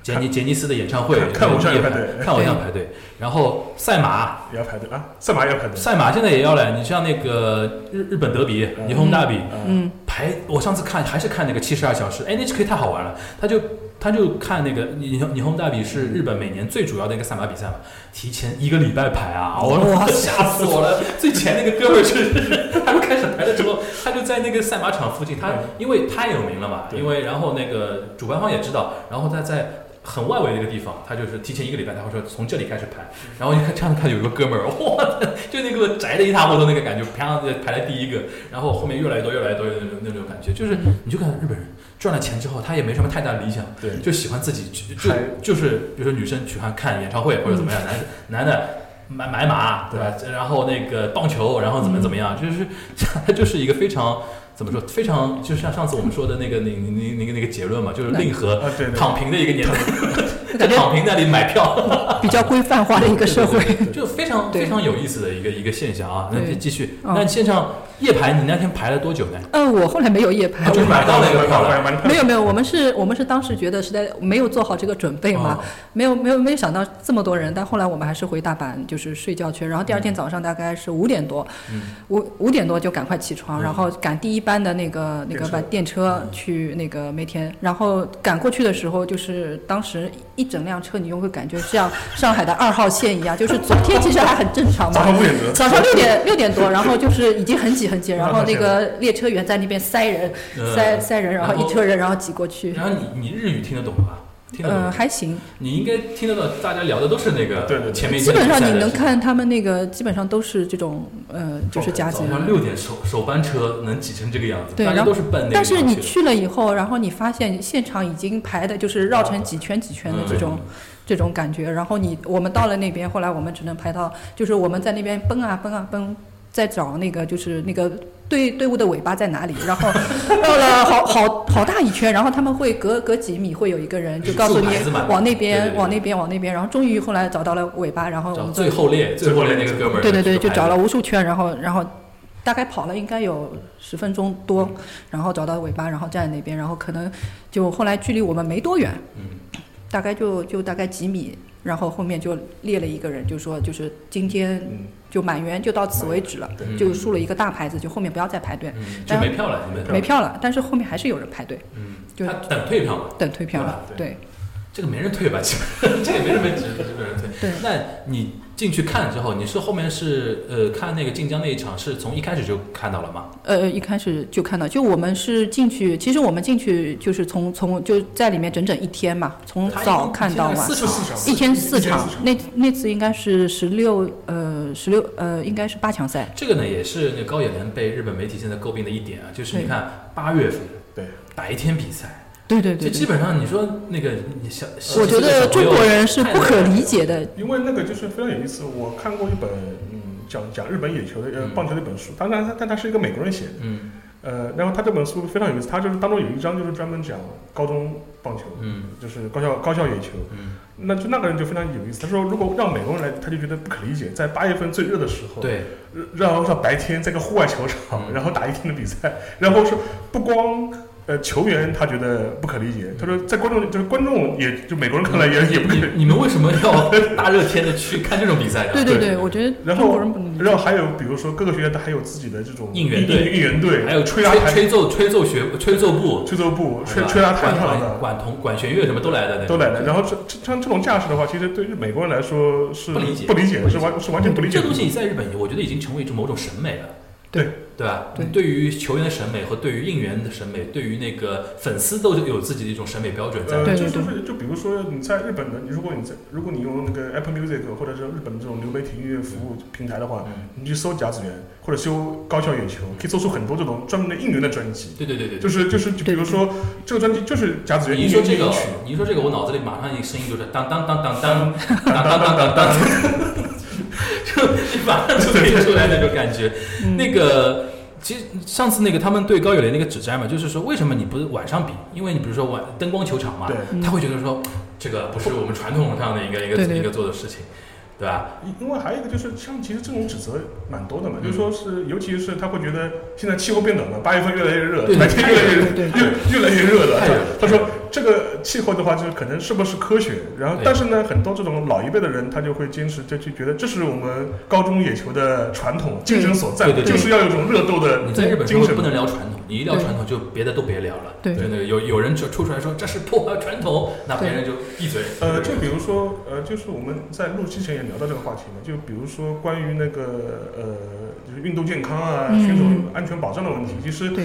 B: 杰尼杰尼斯的演唱会
C: 嗯看看偶像
B: 夜
C: 也
B: 排
C: 排队，
B: 看偶像排队，然后赛马
C: 也要排队啊，赛马也要排队。
B: 赛马现在也要了，你像那个日日本德比、
C: 嗯
B: 霓虹大比，
D: 嗯，
B: 排我上次看还是看那个七十二小时，NHK 太好玩了，他就他就看那个霓虹霓虹大比是日本每年最主要的一个赛马比赛嘛，提前一个礼拜排啊，我哇吓死我了！ 最前那个哥们儿是， 他们开始排的时候，他就在那个赛马场附近，他
C: 嗯
B: 因为太有名了嘛，
C: 对
B: 因为然后那个主办方也知道，然后他在。很外围的一个地方，他就是提前一个礼拜，他会说从这里开始排，然后你看这样看有一个哥们儿，哇，就那个宅的一塌糊涂那个感觉，啪就排在第一个，然后后面越来越多越来越多的那种那种感觉，就是
C: 嗯
B: 你就看日本人赚了钱之后，他也没什么太大理想，
C: 对
B: 就喜欢自己去就
C: 嗨嗯
B: 就是比如说女生喜欢看演唱会或者怎么样，男男的。买买马，对吧？然后那个棒球，然后怎么怎么样，
C: 嗯
B: 就是他就是 一个非常怎么说，非常就像上次我们说的那个那那那那个那个结论嘛，就是令和
C: 啊，对对。
B: 躺平的一个 年代，在
D: 就感觉
B: 躺平那里买票，
D: 比较规范化的一个社会。
B: 就非常
D: 对
B: 非常有意思的一个一个现象啊。那
D: 对
B: 就继续，
D: 嗯
B: 那线上夜排，你那天排了多久呢？
D: 嗯，我后来没有夜排
B: 啊，就是买到那个票了
C: 买买
D: 没有没有，我们是我们是当时觉得实在没有做好这个准备嘛，
B: 啊
D: 没有没有没有想到这么多人，但后来我们还是回大阪就是睡觉去，然后第二天早上大概是五点多，五五点多就赶快起床，
B: 嗯
D: 然后赶第一班的那个那个
C: 电车
D: 把电车去那个梅田，然后赶过去的时候，就是当时一整辆车，你就会感觉像上海的二号线一样，就是昨天其实还很正常嘛
C: 早， 上五点多，
D: 早上 六点六点多，然后就是已经很挤很挤，然后那个列车员在那边塞人
B: 嗯，
D: 塞塞人，然后
B: 然后
D: 一车人，然后挤过去
B: 然。后你你日语听得懂吧？听得懂
D: 嗯，
B: 吗。
D: 还行，
B: 你应该听得到，大家聊的都是那个
C: 对对对
B: 前面一
D: 基本上
B: 天比赛
D: 你
B: 的
D: 能
B: 事
D: 看他们那个，基本上都是这种呃，就是
C: 状态
D: 加
B: 早
D: 急。
B: 上六点首首班车能挤成这个样子，
D: 对
B: 大家
D: 然后
B: 都是奔那个
D: 但是
B: 地方
D: 你
B: 去的
D: 去了以后，然后你发现现场已经排的就是绕成几圈几圈的这
B: 嗯
D: 种、这种感觉。然后你我们到了那边，后来我们只能排到，就是我们在那边奔啊奔啊奔，在找那个就是那个队队伍的尾巴在哪里。然后绕了好好好大一圈，然后他们会隔隔几米会有一个人就告诉
B: 竖
D: 你
B: 牌子嘛
D: 往
B: 对
D: 那
B: 对
D: 边
B: 对
D: 往那边往那边，然后终于后来找到了尾巴，然后我
B: 找
D: 们
B: 最后列最后列那个哥们儿，
D: 哦对对对，就找
B: 了。
D: 了无数圈，然后然后大概跑了应该有十分钟多，
B: 嗯
D: 然后找到尾巴，然后站在那边，然后可能就后来距离我们没多远，
B: 嗯
D: 大概就就大概几米，然后后面就列了一个人，就说就是今天
C: 嗯，
D: 就满员就到此为止了，
C: 对
D: 就竖了一个大牌子，就后面不要再排队，
B: 嗯，就
D: 但
B: 没票了，你们
D: 没票了，但是后面还是有人排队
B: 嗯，
D: 就
B: 他等退票嘛，
D: 等退票了，
C: 对
D: 对
B: 这个没人退吧？ 基本这个没人没只没人退。
D: 对。
B: 那你进去看之后，你是后面是呃看那个晋江那一场是从一开始就看到了吗？
D: 呃，一开始就看到，就我们是进去，其实我们进去就是从从就在里面整整一天嘛，从
B: 他一
D: 早
B: 共
D: 看到
B: 现在
D: 晚
B: 四。十四场，
D: 一天四
C: 一
D: 场
C: 天四，场
D: 那那次应该是十六呃十六呃应该是八强赛，
B: 这个呢，也是那个高野连被日本媒体现在诟病的一点啊，就是你
D: 对
B: 看八月份
C: 对
B: 白天比赛，
D: 对对
B: 就
D: 对
B: 基
D: 对。
B: 本上你说那个你小，
D: 我觉得中国人是不可理解的，
C: 因为那个就是非常有意思。我看过一本嗯讲讲日本野球的呃
B: 嗯
C: 棒球的一本书，当然他但他是一个美国人写的，
B: 嗯
C: 呃，然后他这本书非常有意思，他就是当中有一章就是专门讲高中棒球，
B: 嗯
C: 就是高校高校野球。
B: 嗯，
C: 那就那个人就非常有意思，他说如果让美国人来，他就觉得不可理解，在八月份最热的时候，
B: 对，
C: 让让白天在一个户外球场，
B: 嗯
C: 然后打一天的比赛，然后说不光呃球员他觉得不可理解，他说在观众就是观众也就美国人看来也也不可理
B: 你
C: 解，
B: 你们为什么要大热天的去看这种比赛呢？啊
D: 对对对，我觉得
C: 然
D: 中
C: 后
D: 国人不能理解。
C: 然后还有比如说各个学院他还有自己的这种
B: 应援队
C: 应援队，
B: 还有吹
C: 吹拉弹
B: 吹奏吹奏学吹奏部，
C: 吹奏部、
B: 对
C: 吹
B: 吧
C: 吹拉弹
B: 管
C: 唱
B: 管
C: 的
B: 管铜管弦乐什么都来的那种
C: 都来了。然后这这像这种架势的话，其实对于美国人来说是
B: 不理解
C: 不
B: 不
C: 理
B: 理
C: 解，
B: 解
C: 是完是完全不理解
B: 这
C: 的
B: 东。西在日本，我觉得已经成为一种某种审美了。
D: 对
B: 对吧？
D: 对
B: 对于球员的审美和对于应援的审美，对于那个粉丝都有自己的一种审美标准在。
C: 呃，
D: 对
C: 就
D: 对
C: 就
D: 对
C: 是就比如说你在日本的，你如果你在如果你用那个 Apple Music 或者是日本这种流媒体音乐服务平台的话，
B: 嗯
C: 你去搜甲子园或者搜高校野球，可以搜出很多这种专门的应援的专辑。
B: 对对对对，
C: 就。是就是，就比如说这个专辑就是甲子园
B: 你
C: 音
B: 一
C: 乐
B: 说这
C: 应援
B: 个
C: 曲，，
B: 你一说这个，我脑子里马上一个声音就是当当当当当当当当当当， 就马上就可以出来那种感觉。
D: 嗯
B: 那个其实上次那个他们对高友联那个指摘嘛，就是说为什么你不是晚上比？因为你比如说晚灯光球场嘛，
C: 对，
B: 他会觉得说这个不是我们传统上的一个一
D: 对
B: 个
D: 对
B: 一个做的事情，对吧？
C: 因为还有一个就是，像其实这种指责蛮多的
B: 嗯
C: 嘛，就是说是，尤其是他会觉得现在气候变冷了，八月份越来越热，
B: 对哎
C: 白天越来越热，
D: 对
C: 越越来越热了。
B: 太热了
C: 他他说这个气候的话，就是可能是不是科学？然后
B: 对，
C: 但是呢，很多这种老一辈的人，他就会坚持，就就觉得这是我们高中野球的传统精神所在，
B: 嗯对对对
C: 就是要有一种热斗的
B: 你在日本社
C: 精
B: 会
C: 神
B: 不。能聊传统，你一聊传统就别的都别聊了。
D: 对
B: 真的有有人就出出来说这是破坏传统，那别人就闭嘴。
C: 呃，就比如说，呃，就是我们在录之前也聊到这个话题嘛，就比如说关于那个呃，就是运动健康啊、
D: 嗯
C: 选手安全保障的问题，其实
D: 对，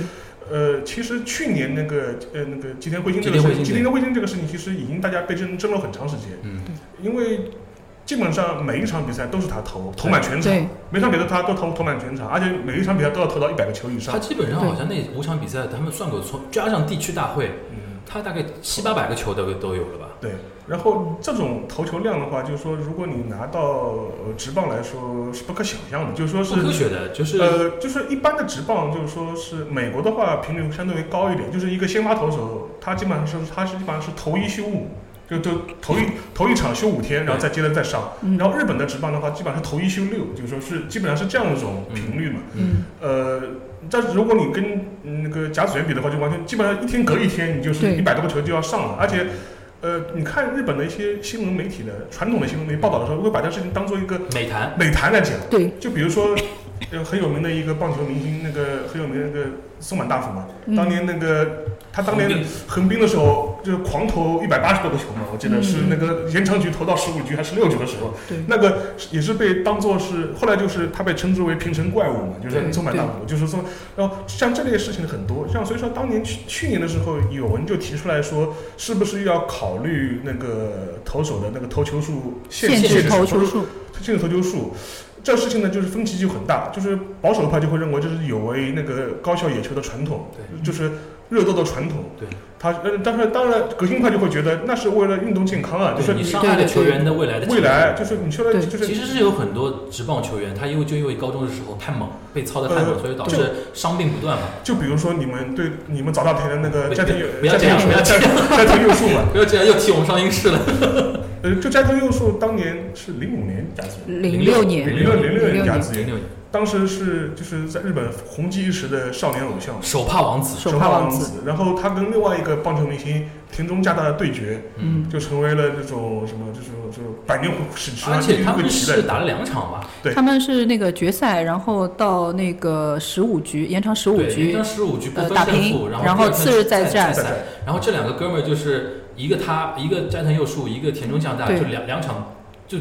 C: 呃，其实去年那个呃那个吉田辉星这个
B: 吉田
C: 事
B: 辉星
C: 情，吉田辉星这个事情，其实已经大家被争争论很长时间，
B: 嗯，
C: 因为基本上每一场比赛都是他投，投满全场
D: 对，
C: 每场比赛他都投投满全场，而且每一场比赛都要投到一百个球以
B: 他
C: 上。
B: 基本上好像那五场比赛，他们算过，从加上地区大会，
C: 嗯，
B: 他大概七八百个球都都有了吧？
C: 对。然后这种投球量的话，就是说，如果你拿到呃职棒来说是不可想象的，就是说
B: 不
C: 是
B: 科学的，就是
C: 呃，就是一般的职棒，就是说是美国的话，频率相对为高一点，就是一个先发投手，他基本上是他是基本上是投一休五，就就投一投一场休五天，然后再接着再上。
D: 嗯
C: 然后日本的职棒的话，基本上是投一休六，就是说是基本上是这样一种频率嘛。
D: 嗯，
C: 呃，但是如果你跟嗯那个甲子园比的话，就完全基本上一天隔一天，你就是
D: 对
C: 一百多个球就要上了，而且。呃，你看日本的一些新闻媒体呢，传统的新闻媒体报道的时候，会把这事情当做一个
B: 美谈，
C: 美谈来讲。
D: 对，
C: 就比如说，呃，很有名的一个棒球明星，那个很有名的那个松坂大辅嘛，
D: 嗯
C: 当年那个他当
B: 横
C: 年
B: 滨
C: 横滨的时候，就是狂投一百八十多个球嘛，我记得是
D: 嗯
C: 那个延长局投到十五局还是六局的时候，
D: 对
C: 那个也是被当做是后来就是他被称之为平成怪物嘛，就是
B: 对
C: 松坂大辅，就是说，然后像这类事情很多，像所以说当年去去年的时候，有人就提出来说，是不是要考虑那个投手的那个投球数限
D: 限
C: 限
D: 制
C: 制
D: 投球数，
C: 这个投球数，这事情呢就是分歧就很大，就是保守派就会认为这是有违那个高校野球的传统，
B: 对
C: 就是热斗的传统。
B: 对，
C: 他呃，但是当然革新派就会觉得那是为了运动健康啊，就
B: 对
C: 是
B: 你
C: 你
B: 伤害了球员的未来的
C: 未来就是你说的
D: 对
C: 就是
B: 其实是有很多职棒球员，他因为就因为高中的时候太猛，被操的太猛，
C: 呃
B: 所以导致伤病不断嘛。
C: 就比如说你们对你们早稻田的那个
B: 不
C: 斋藤
B: 不要
C: 斋
B: 这样
C: 藤
B: 不要这
C: 斋藤佑树嘛，
B: 不要这样，又提我们上音室了。
C: 呃，就斋藤佑树当年是零五年甲子园，
D: 零六
B: 06
D: 年，
C: 零六零六
D: 06
C: 年甲
D: 年
C: 子
B: 零
C: 园，
B: 六年，
C: 当时是就是在日本红极一时的少年偶像。
B: 手帕王子，
D: 手帕王子，
C: 子，然后他跟另外一个棒球明星田中加大的对决，
B: 嗯，
C: 就成为了这种什么，就是这种百年史诗
B: 而
C: 啊，
B: 且他
C: 会
B: 们
C: 期
B: 是
C: 待。
B: 打了两场吧？
C: 对
D: 他们是那个决赛，然后到那个十五局延长十五局
B: 将，十五局不
D: 呃
B: 分
D: 打
B: 胜
D: 平
B: 负，
D: 然
B: 后
D: 后
B: 第二天
D: 次日再
B: 再
D: 战
B: 赛，然后这两个哥们儿就是一个他，一个斋藤佑树，一个田中将大，
D: 对
B: 就两两场就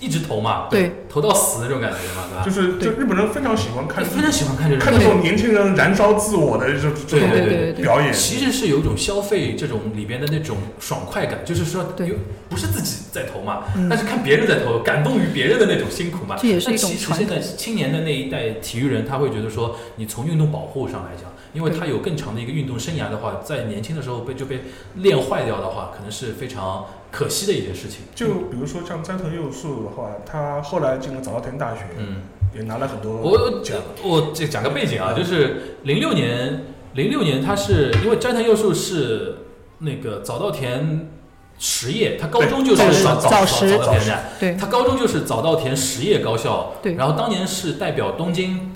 B: 一直投嘛，
D: 对，
B: 投到死那种感觉嘛，啊对吧？
C: 就是就
D: 对
C: 日本人非常喜欢看
B: 就非常喜欢看这种
C: 看
B: 东
C: 这
B: 西，
C: 种年轻人燃烧自我的这
B: 对
C: 这
D: 对
C: 种
B: 对
D: 对对，
C: 表演。
B: 其实是有一种消费这种里边的那种爽快感，就是说，
D: 对
B: 有，不是自己在投嘛，
D: 嗯
B: 但是看别人在投，感动于别人的那种辛苦嘛。
D: 这也是
B: 那
D: 一种
B: 其实
D: 传
B: 现在青年的那一代体育人，他会觉得说，你从运动保护上来讲，因为他有更长的一个运动生涯的话，在年轻的时候被就被练坏掉的话，可能是非常可惜的一件事情。
C: 就比如说像斋藤佑树的话，他后来进了早稻田大学，
B: 嗯。
C: 也拿了很多
B: 我
C: 奖。
B: 我这讲个背景啊，就是零六年，零六年他是因为斋藤佑树是那个早稻田实业，他高中就
D: 对
B: 是
D: 早
B: 早
D: 早
B: 早
D: 实
B: 稻田的，
D: 对
B: 他高中就是早稻田实业高校，
D: 对
B: 然后当年是代表东京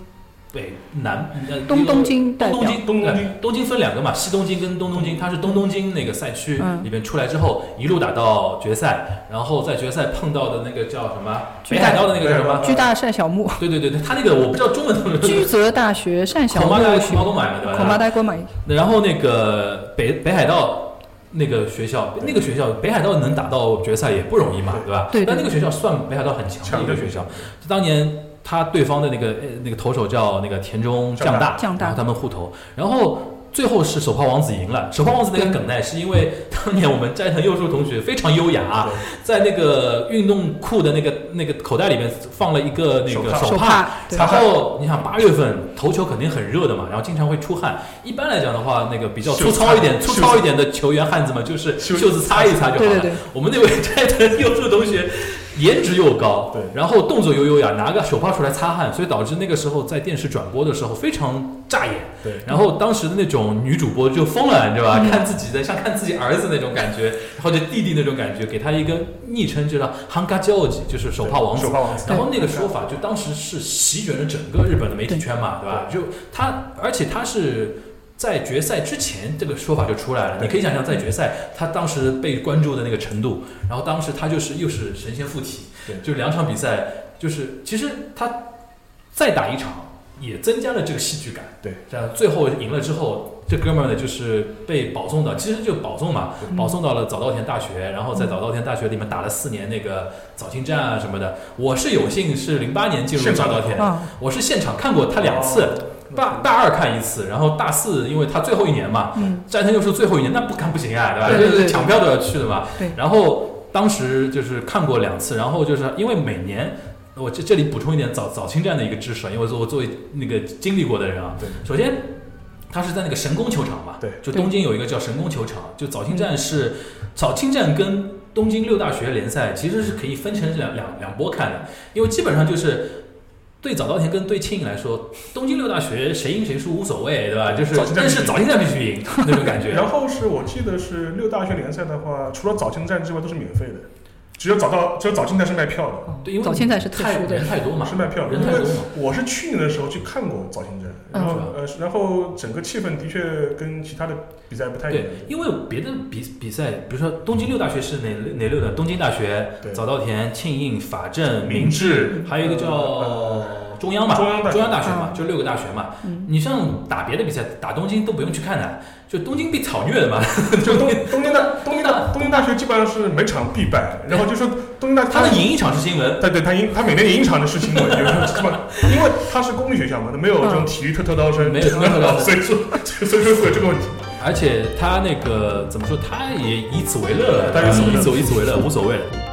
B: 北南呃
D: 东东京代
B: 东
D: 表
B: 东，京
C: 东东京
B: 呃东京分两个嘛，西东京跟东东京，他是东东京那个赛区
D: 嗯
B: 里面出来之后，一路打到决赛，然后在决赛碰到的那个叫什么
D: 巨
B: 北
D: 蛋
B: 海道的那个叫什么？
D: 巨大善小木，
B: 对对对对，他那个我不知道中文怎么说。
D: 居泽大学善小
B: 恐
D: 木
B: 怕大家
D: 学
B: 恐怕都呃买了，对吧？
D: 恐怕大家买，
B: 然后那个北北海道那个学校，那个学校北海道能打到决赛也不容易嘛，对吧？
D: 对对
B: 但那个学校算北海道很强的一个学校，当年。他对方的那个呃那个投手叫那个田中将大，
D: 将大
B: 然后他们互投，然后最后是手帕王子赢了。手帕王子那个梗呢，是因为当年我们斋藤佑树同学非常优雅，在那个运动裤的那个那个口袋里面放了一个那个
C: 手
B: 手
D: 手
B: 帕，
D: 帕，对
B: 然后你想八月份投球肯定很热的嘛，然后经常会出汗。一般来讲的话，那个比较粗糙一点、
C: 袖
B: 粗
C: 子
B: 糙一点的球员汉子们，就是
C: 袖子
B: 袖子擦一擦就好了。
D: 对对对
B: 我们那位斋藤佑树同学颜值又高，
C: 对
B: 然后动作又优雅，拿个手帕出来擦汗，所以导致那个时候在电视转播的时候非常扎眼。
C: 对
B: 然后当时的那种女主播就疯了，你知道吧？看自己的像看自己儿子那种感觉，或者弟弟那种感觉，给他一个昵称就叫 “hanga j o j 就是手帕王子
C: 手。帕王子，
B: 然后那个说法就当时是席卷了整个日本的媒体圈嘛，对吧？就他，而且他是在决赛之前这个说法就出来了，
C: 对
B: 你可以想象在决赛他当时被关注的那个程度，然后当时他就是又是神仙附体
C: 对，
B: 就两场比赛就是其实他再打一场也增加了这个戏剧感，
C: 对，
B: 这样最后赢了之后。这哥们儿呢，就是被保送到，其实就保送嘛，保送到了早稻田大学，然后在早稻田大学里面打了四年那个早清战啊什么的。我是有幸是零八年进入
C: 现场
B: 早稻田，
D: 嗯，
B: 我是现场看过他两
C: 哦
B: 次，大大二看一次，然后大四因为他最后一年嘛，
D: 嗯
B: 斋藤又是最后一年，那不看不行啊，对吧？
D: 对对
B: 就是
D: 对
B: 抢票都要去的嘛。
D: 对
B: 然后当时就是看过两次，然后就是因为每年。我这这里补充一点早早清战的一个知识啊，因为我作为那个经历过的人啊，
C: 对，
B: 首先他是在那个神宫球场嘛，
C: 对
B: 就东京有一个叫神宫球场，就早清战是早清战跟东京六大学联赛其实是可以分成两两两波看的，因为基本上就是对早稻田跟对庆应来说，东京六大学谁赢谁输无所谓，对吧？就是
C: 早清
B: 但
C: 战必须
B: 是早清战必须赢那种感觉。
C: 然后是我记得是六大学联赛的话，除了早清站之外都是免费的，只有早到只有早清站是卖票的。
B: 对，因为
D: 早现在是特
B: 太
D: 殊的
B: 人，太多嘛，
C: 是卖票的，
B: 人
C: 因
B: 太
C: 为
B: 多嘛。
C: 我是去年的时候去看过早清站，然后、
B: 嗯
C: 呃，然后整个气氛的确跟其他的比赛不太一样
B: 对。，因为别的比比赛，比如说东京六大学是哪哪六呢？东京大学、
C: 对
B: 早稻田、庆应、法政、
C: 明
B: 明
C: 治
B: 治，还有一个叫
C: 呃
B: 中央嘛，
C: 中央大学
B: 大学嘛，就六个大学嘛。你像打别的比赛，打东京都不用去看的，就东京被草虐的嘛。
C: 就东东京大东京大东京大学基本上是每场必败，然后就说东京大
B: 他们赢一场是新闻，
C: 对对，他赢，他每年赢一场的事情，我觉得是吧？因为他是公立学校嘛，他没有这种体育特特招生，
B: 嗯没有特招生
C: 所以说所以说会有这个问题。
B: 而且他那个怎么说，他也以此为乐了，嗯
C: 他以此为乐
B: 以此以此为乐，无所谓了。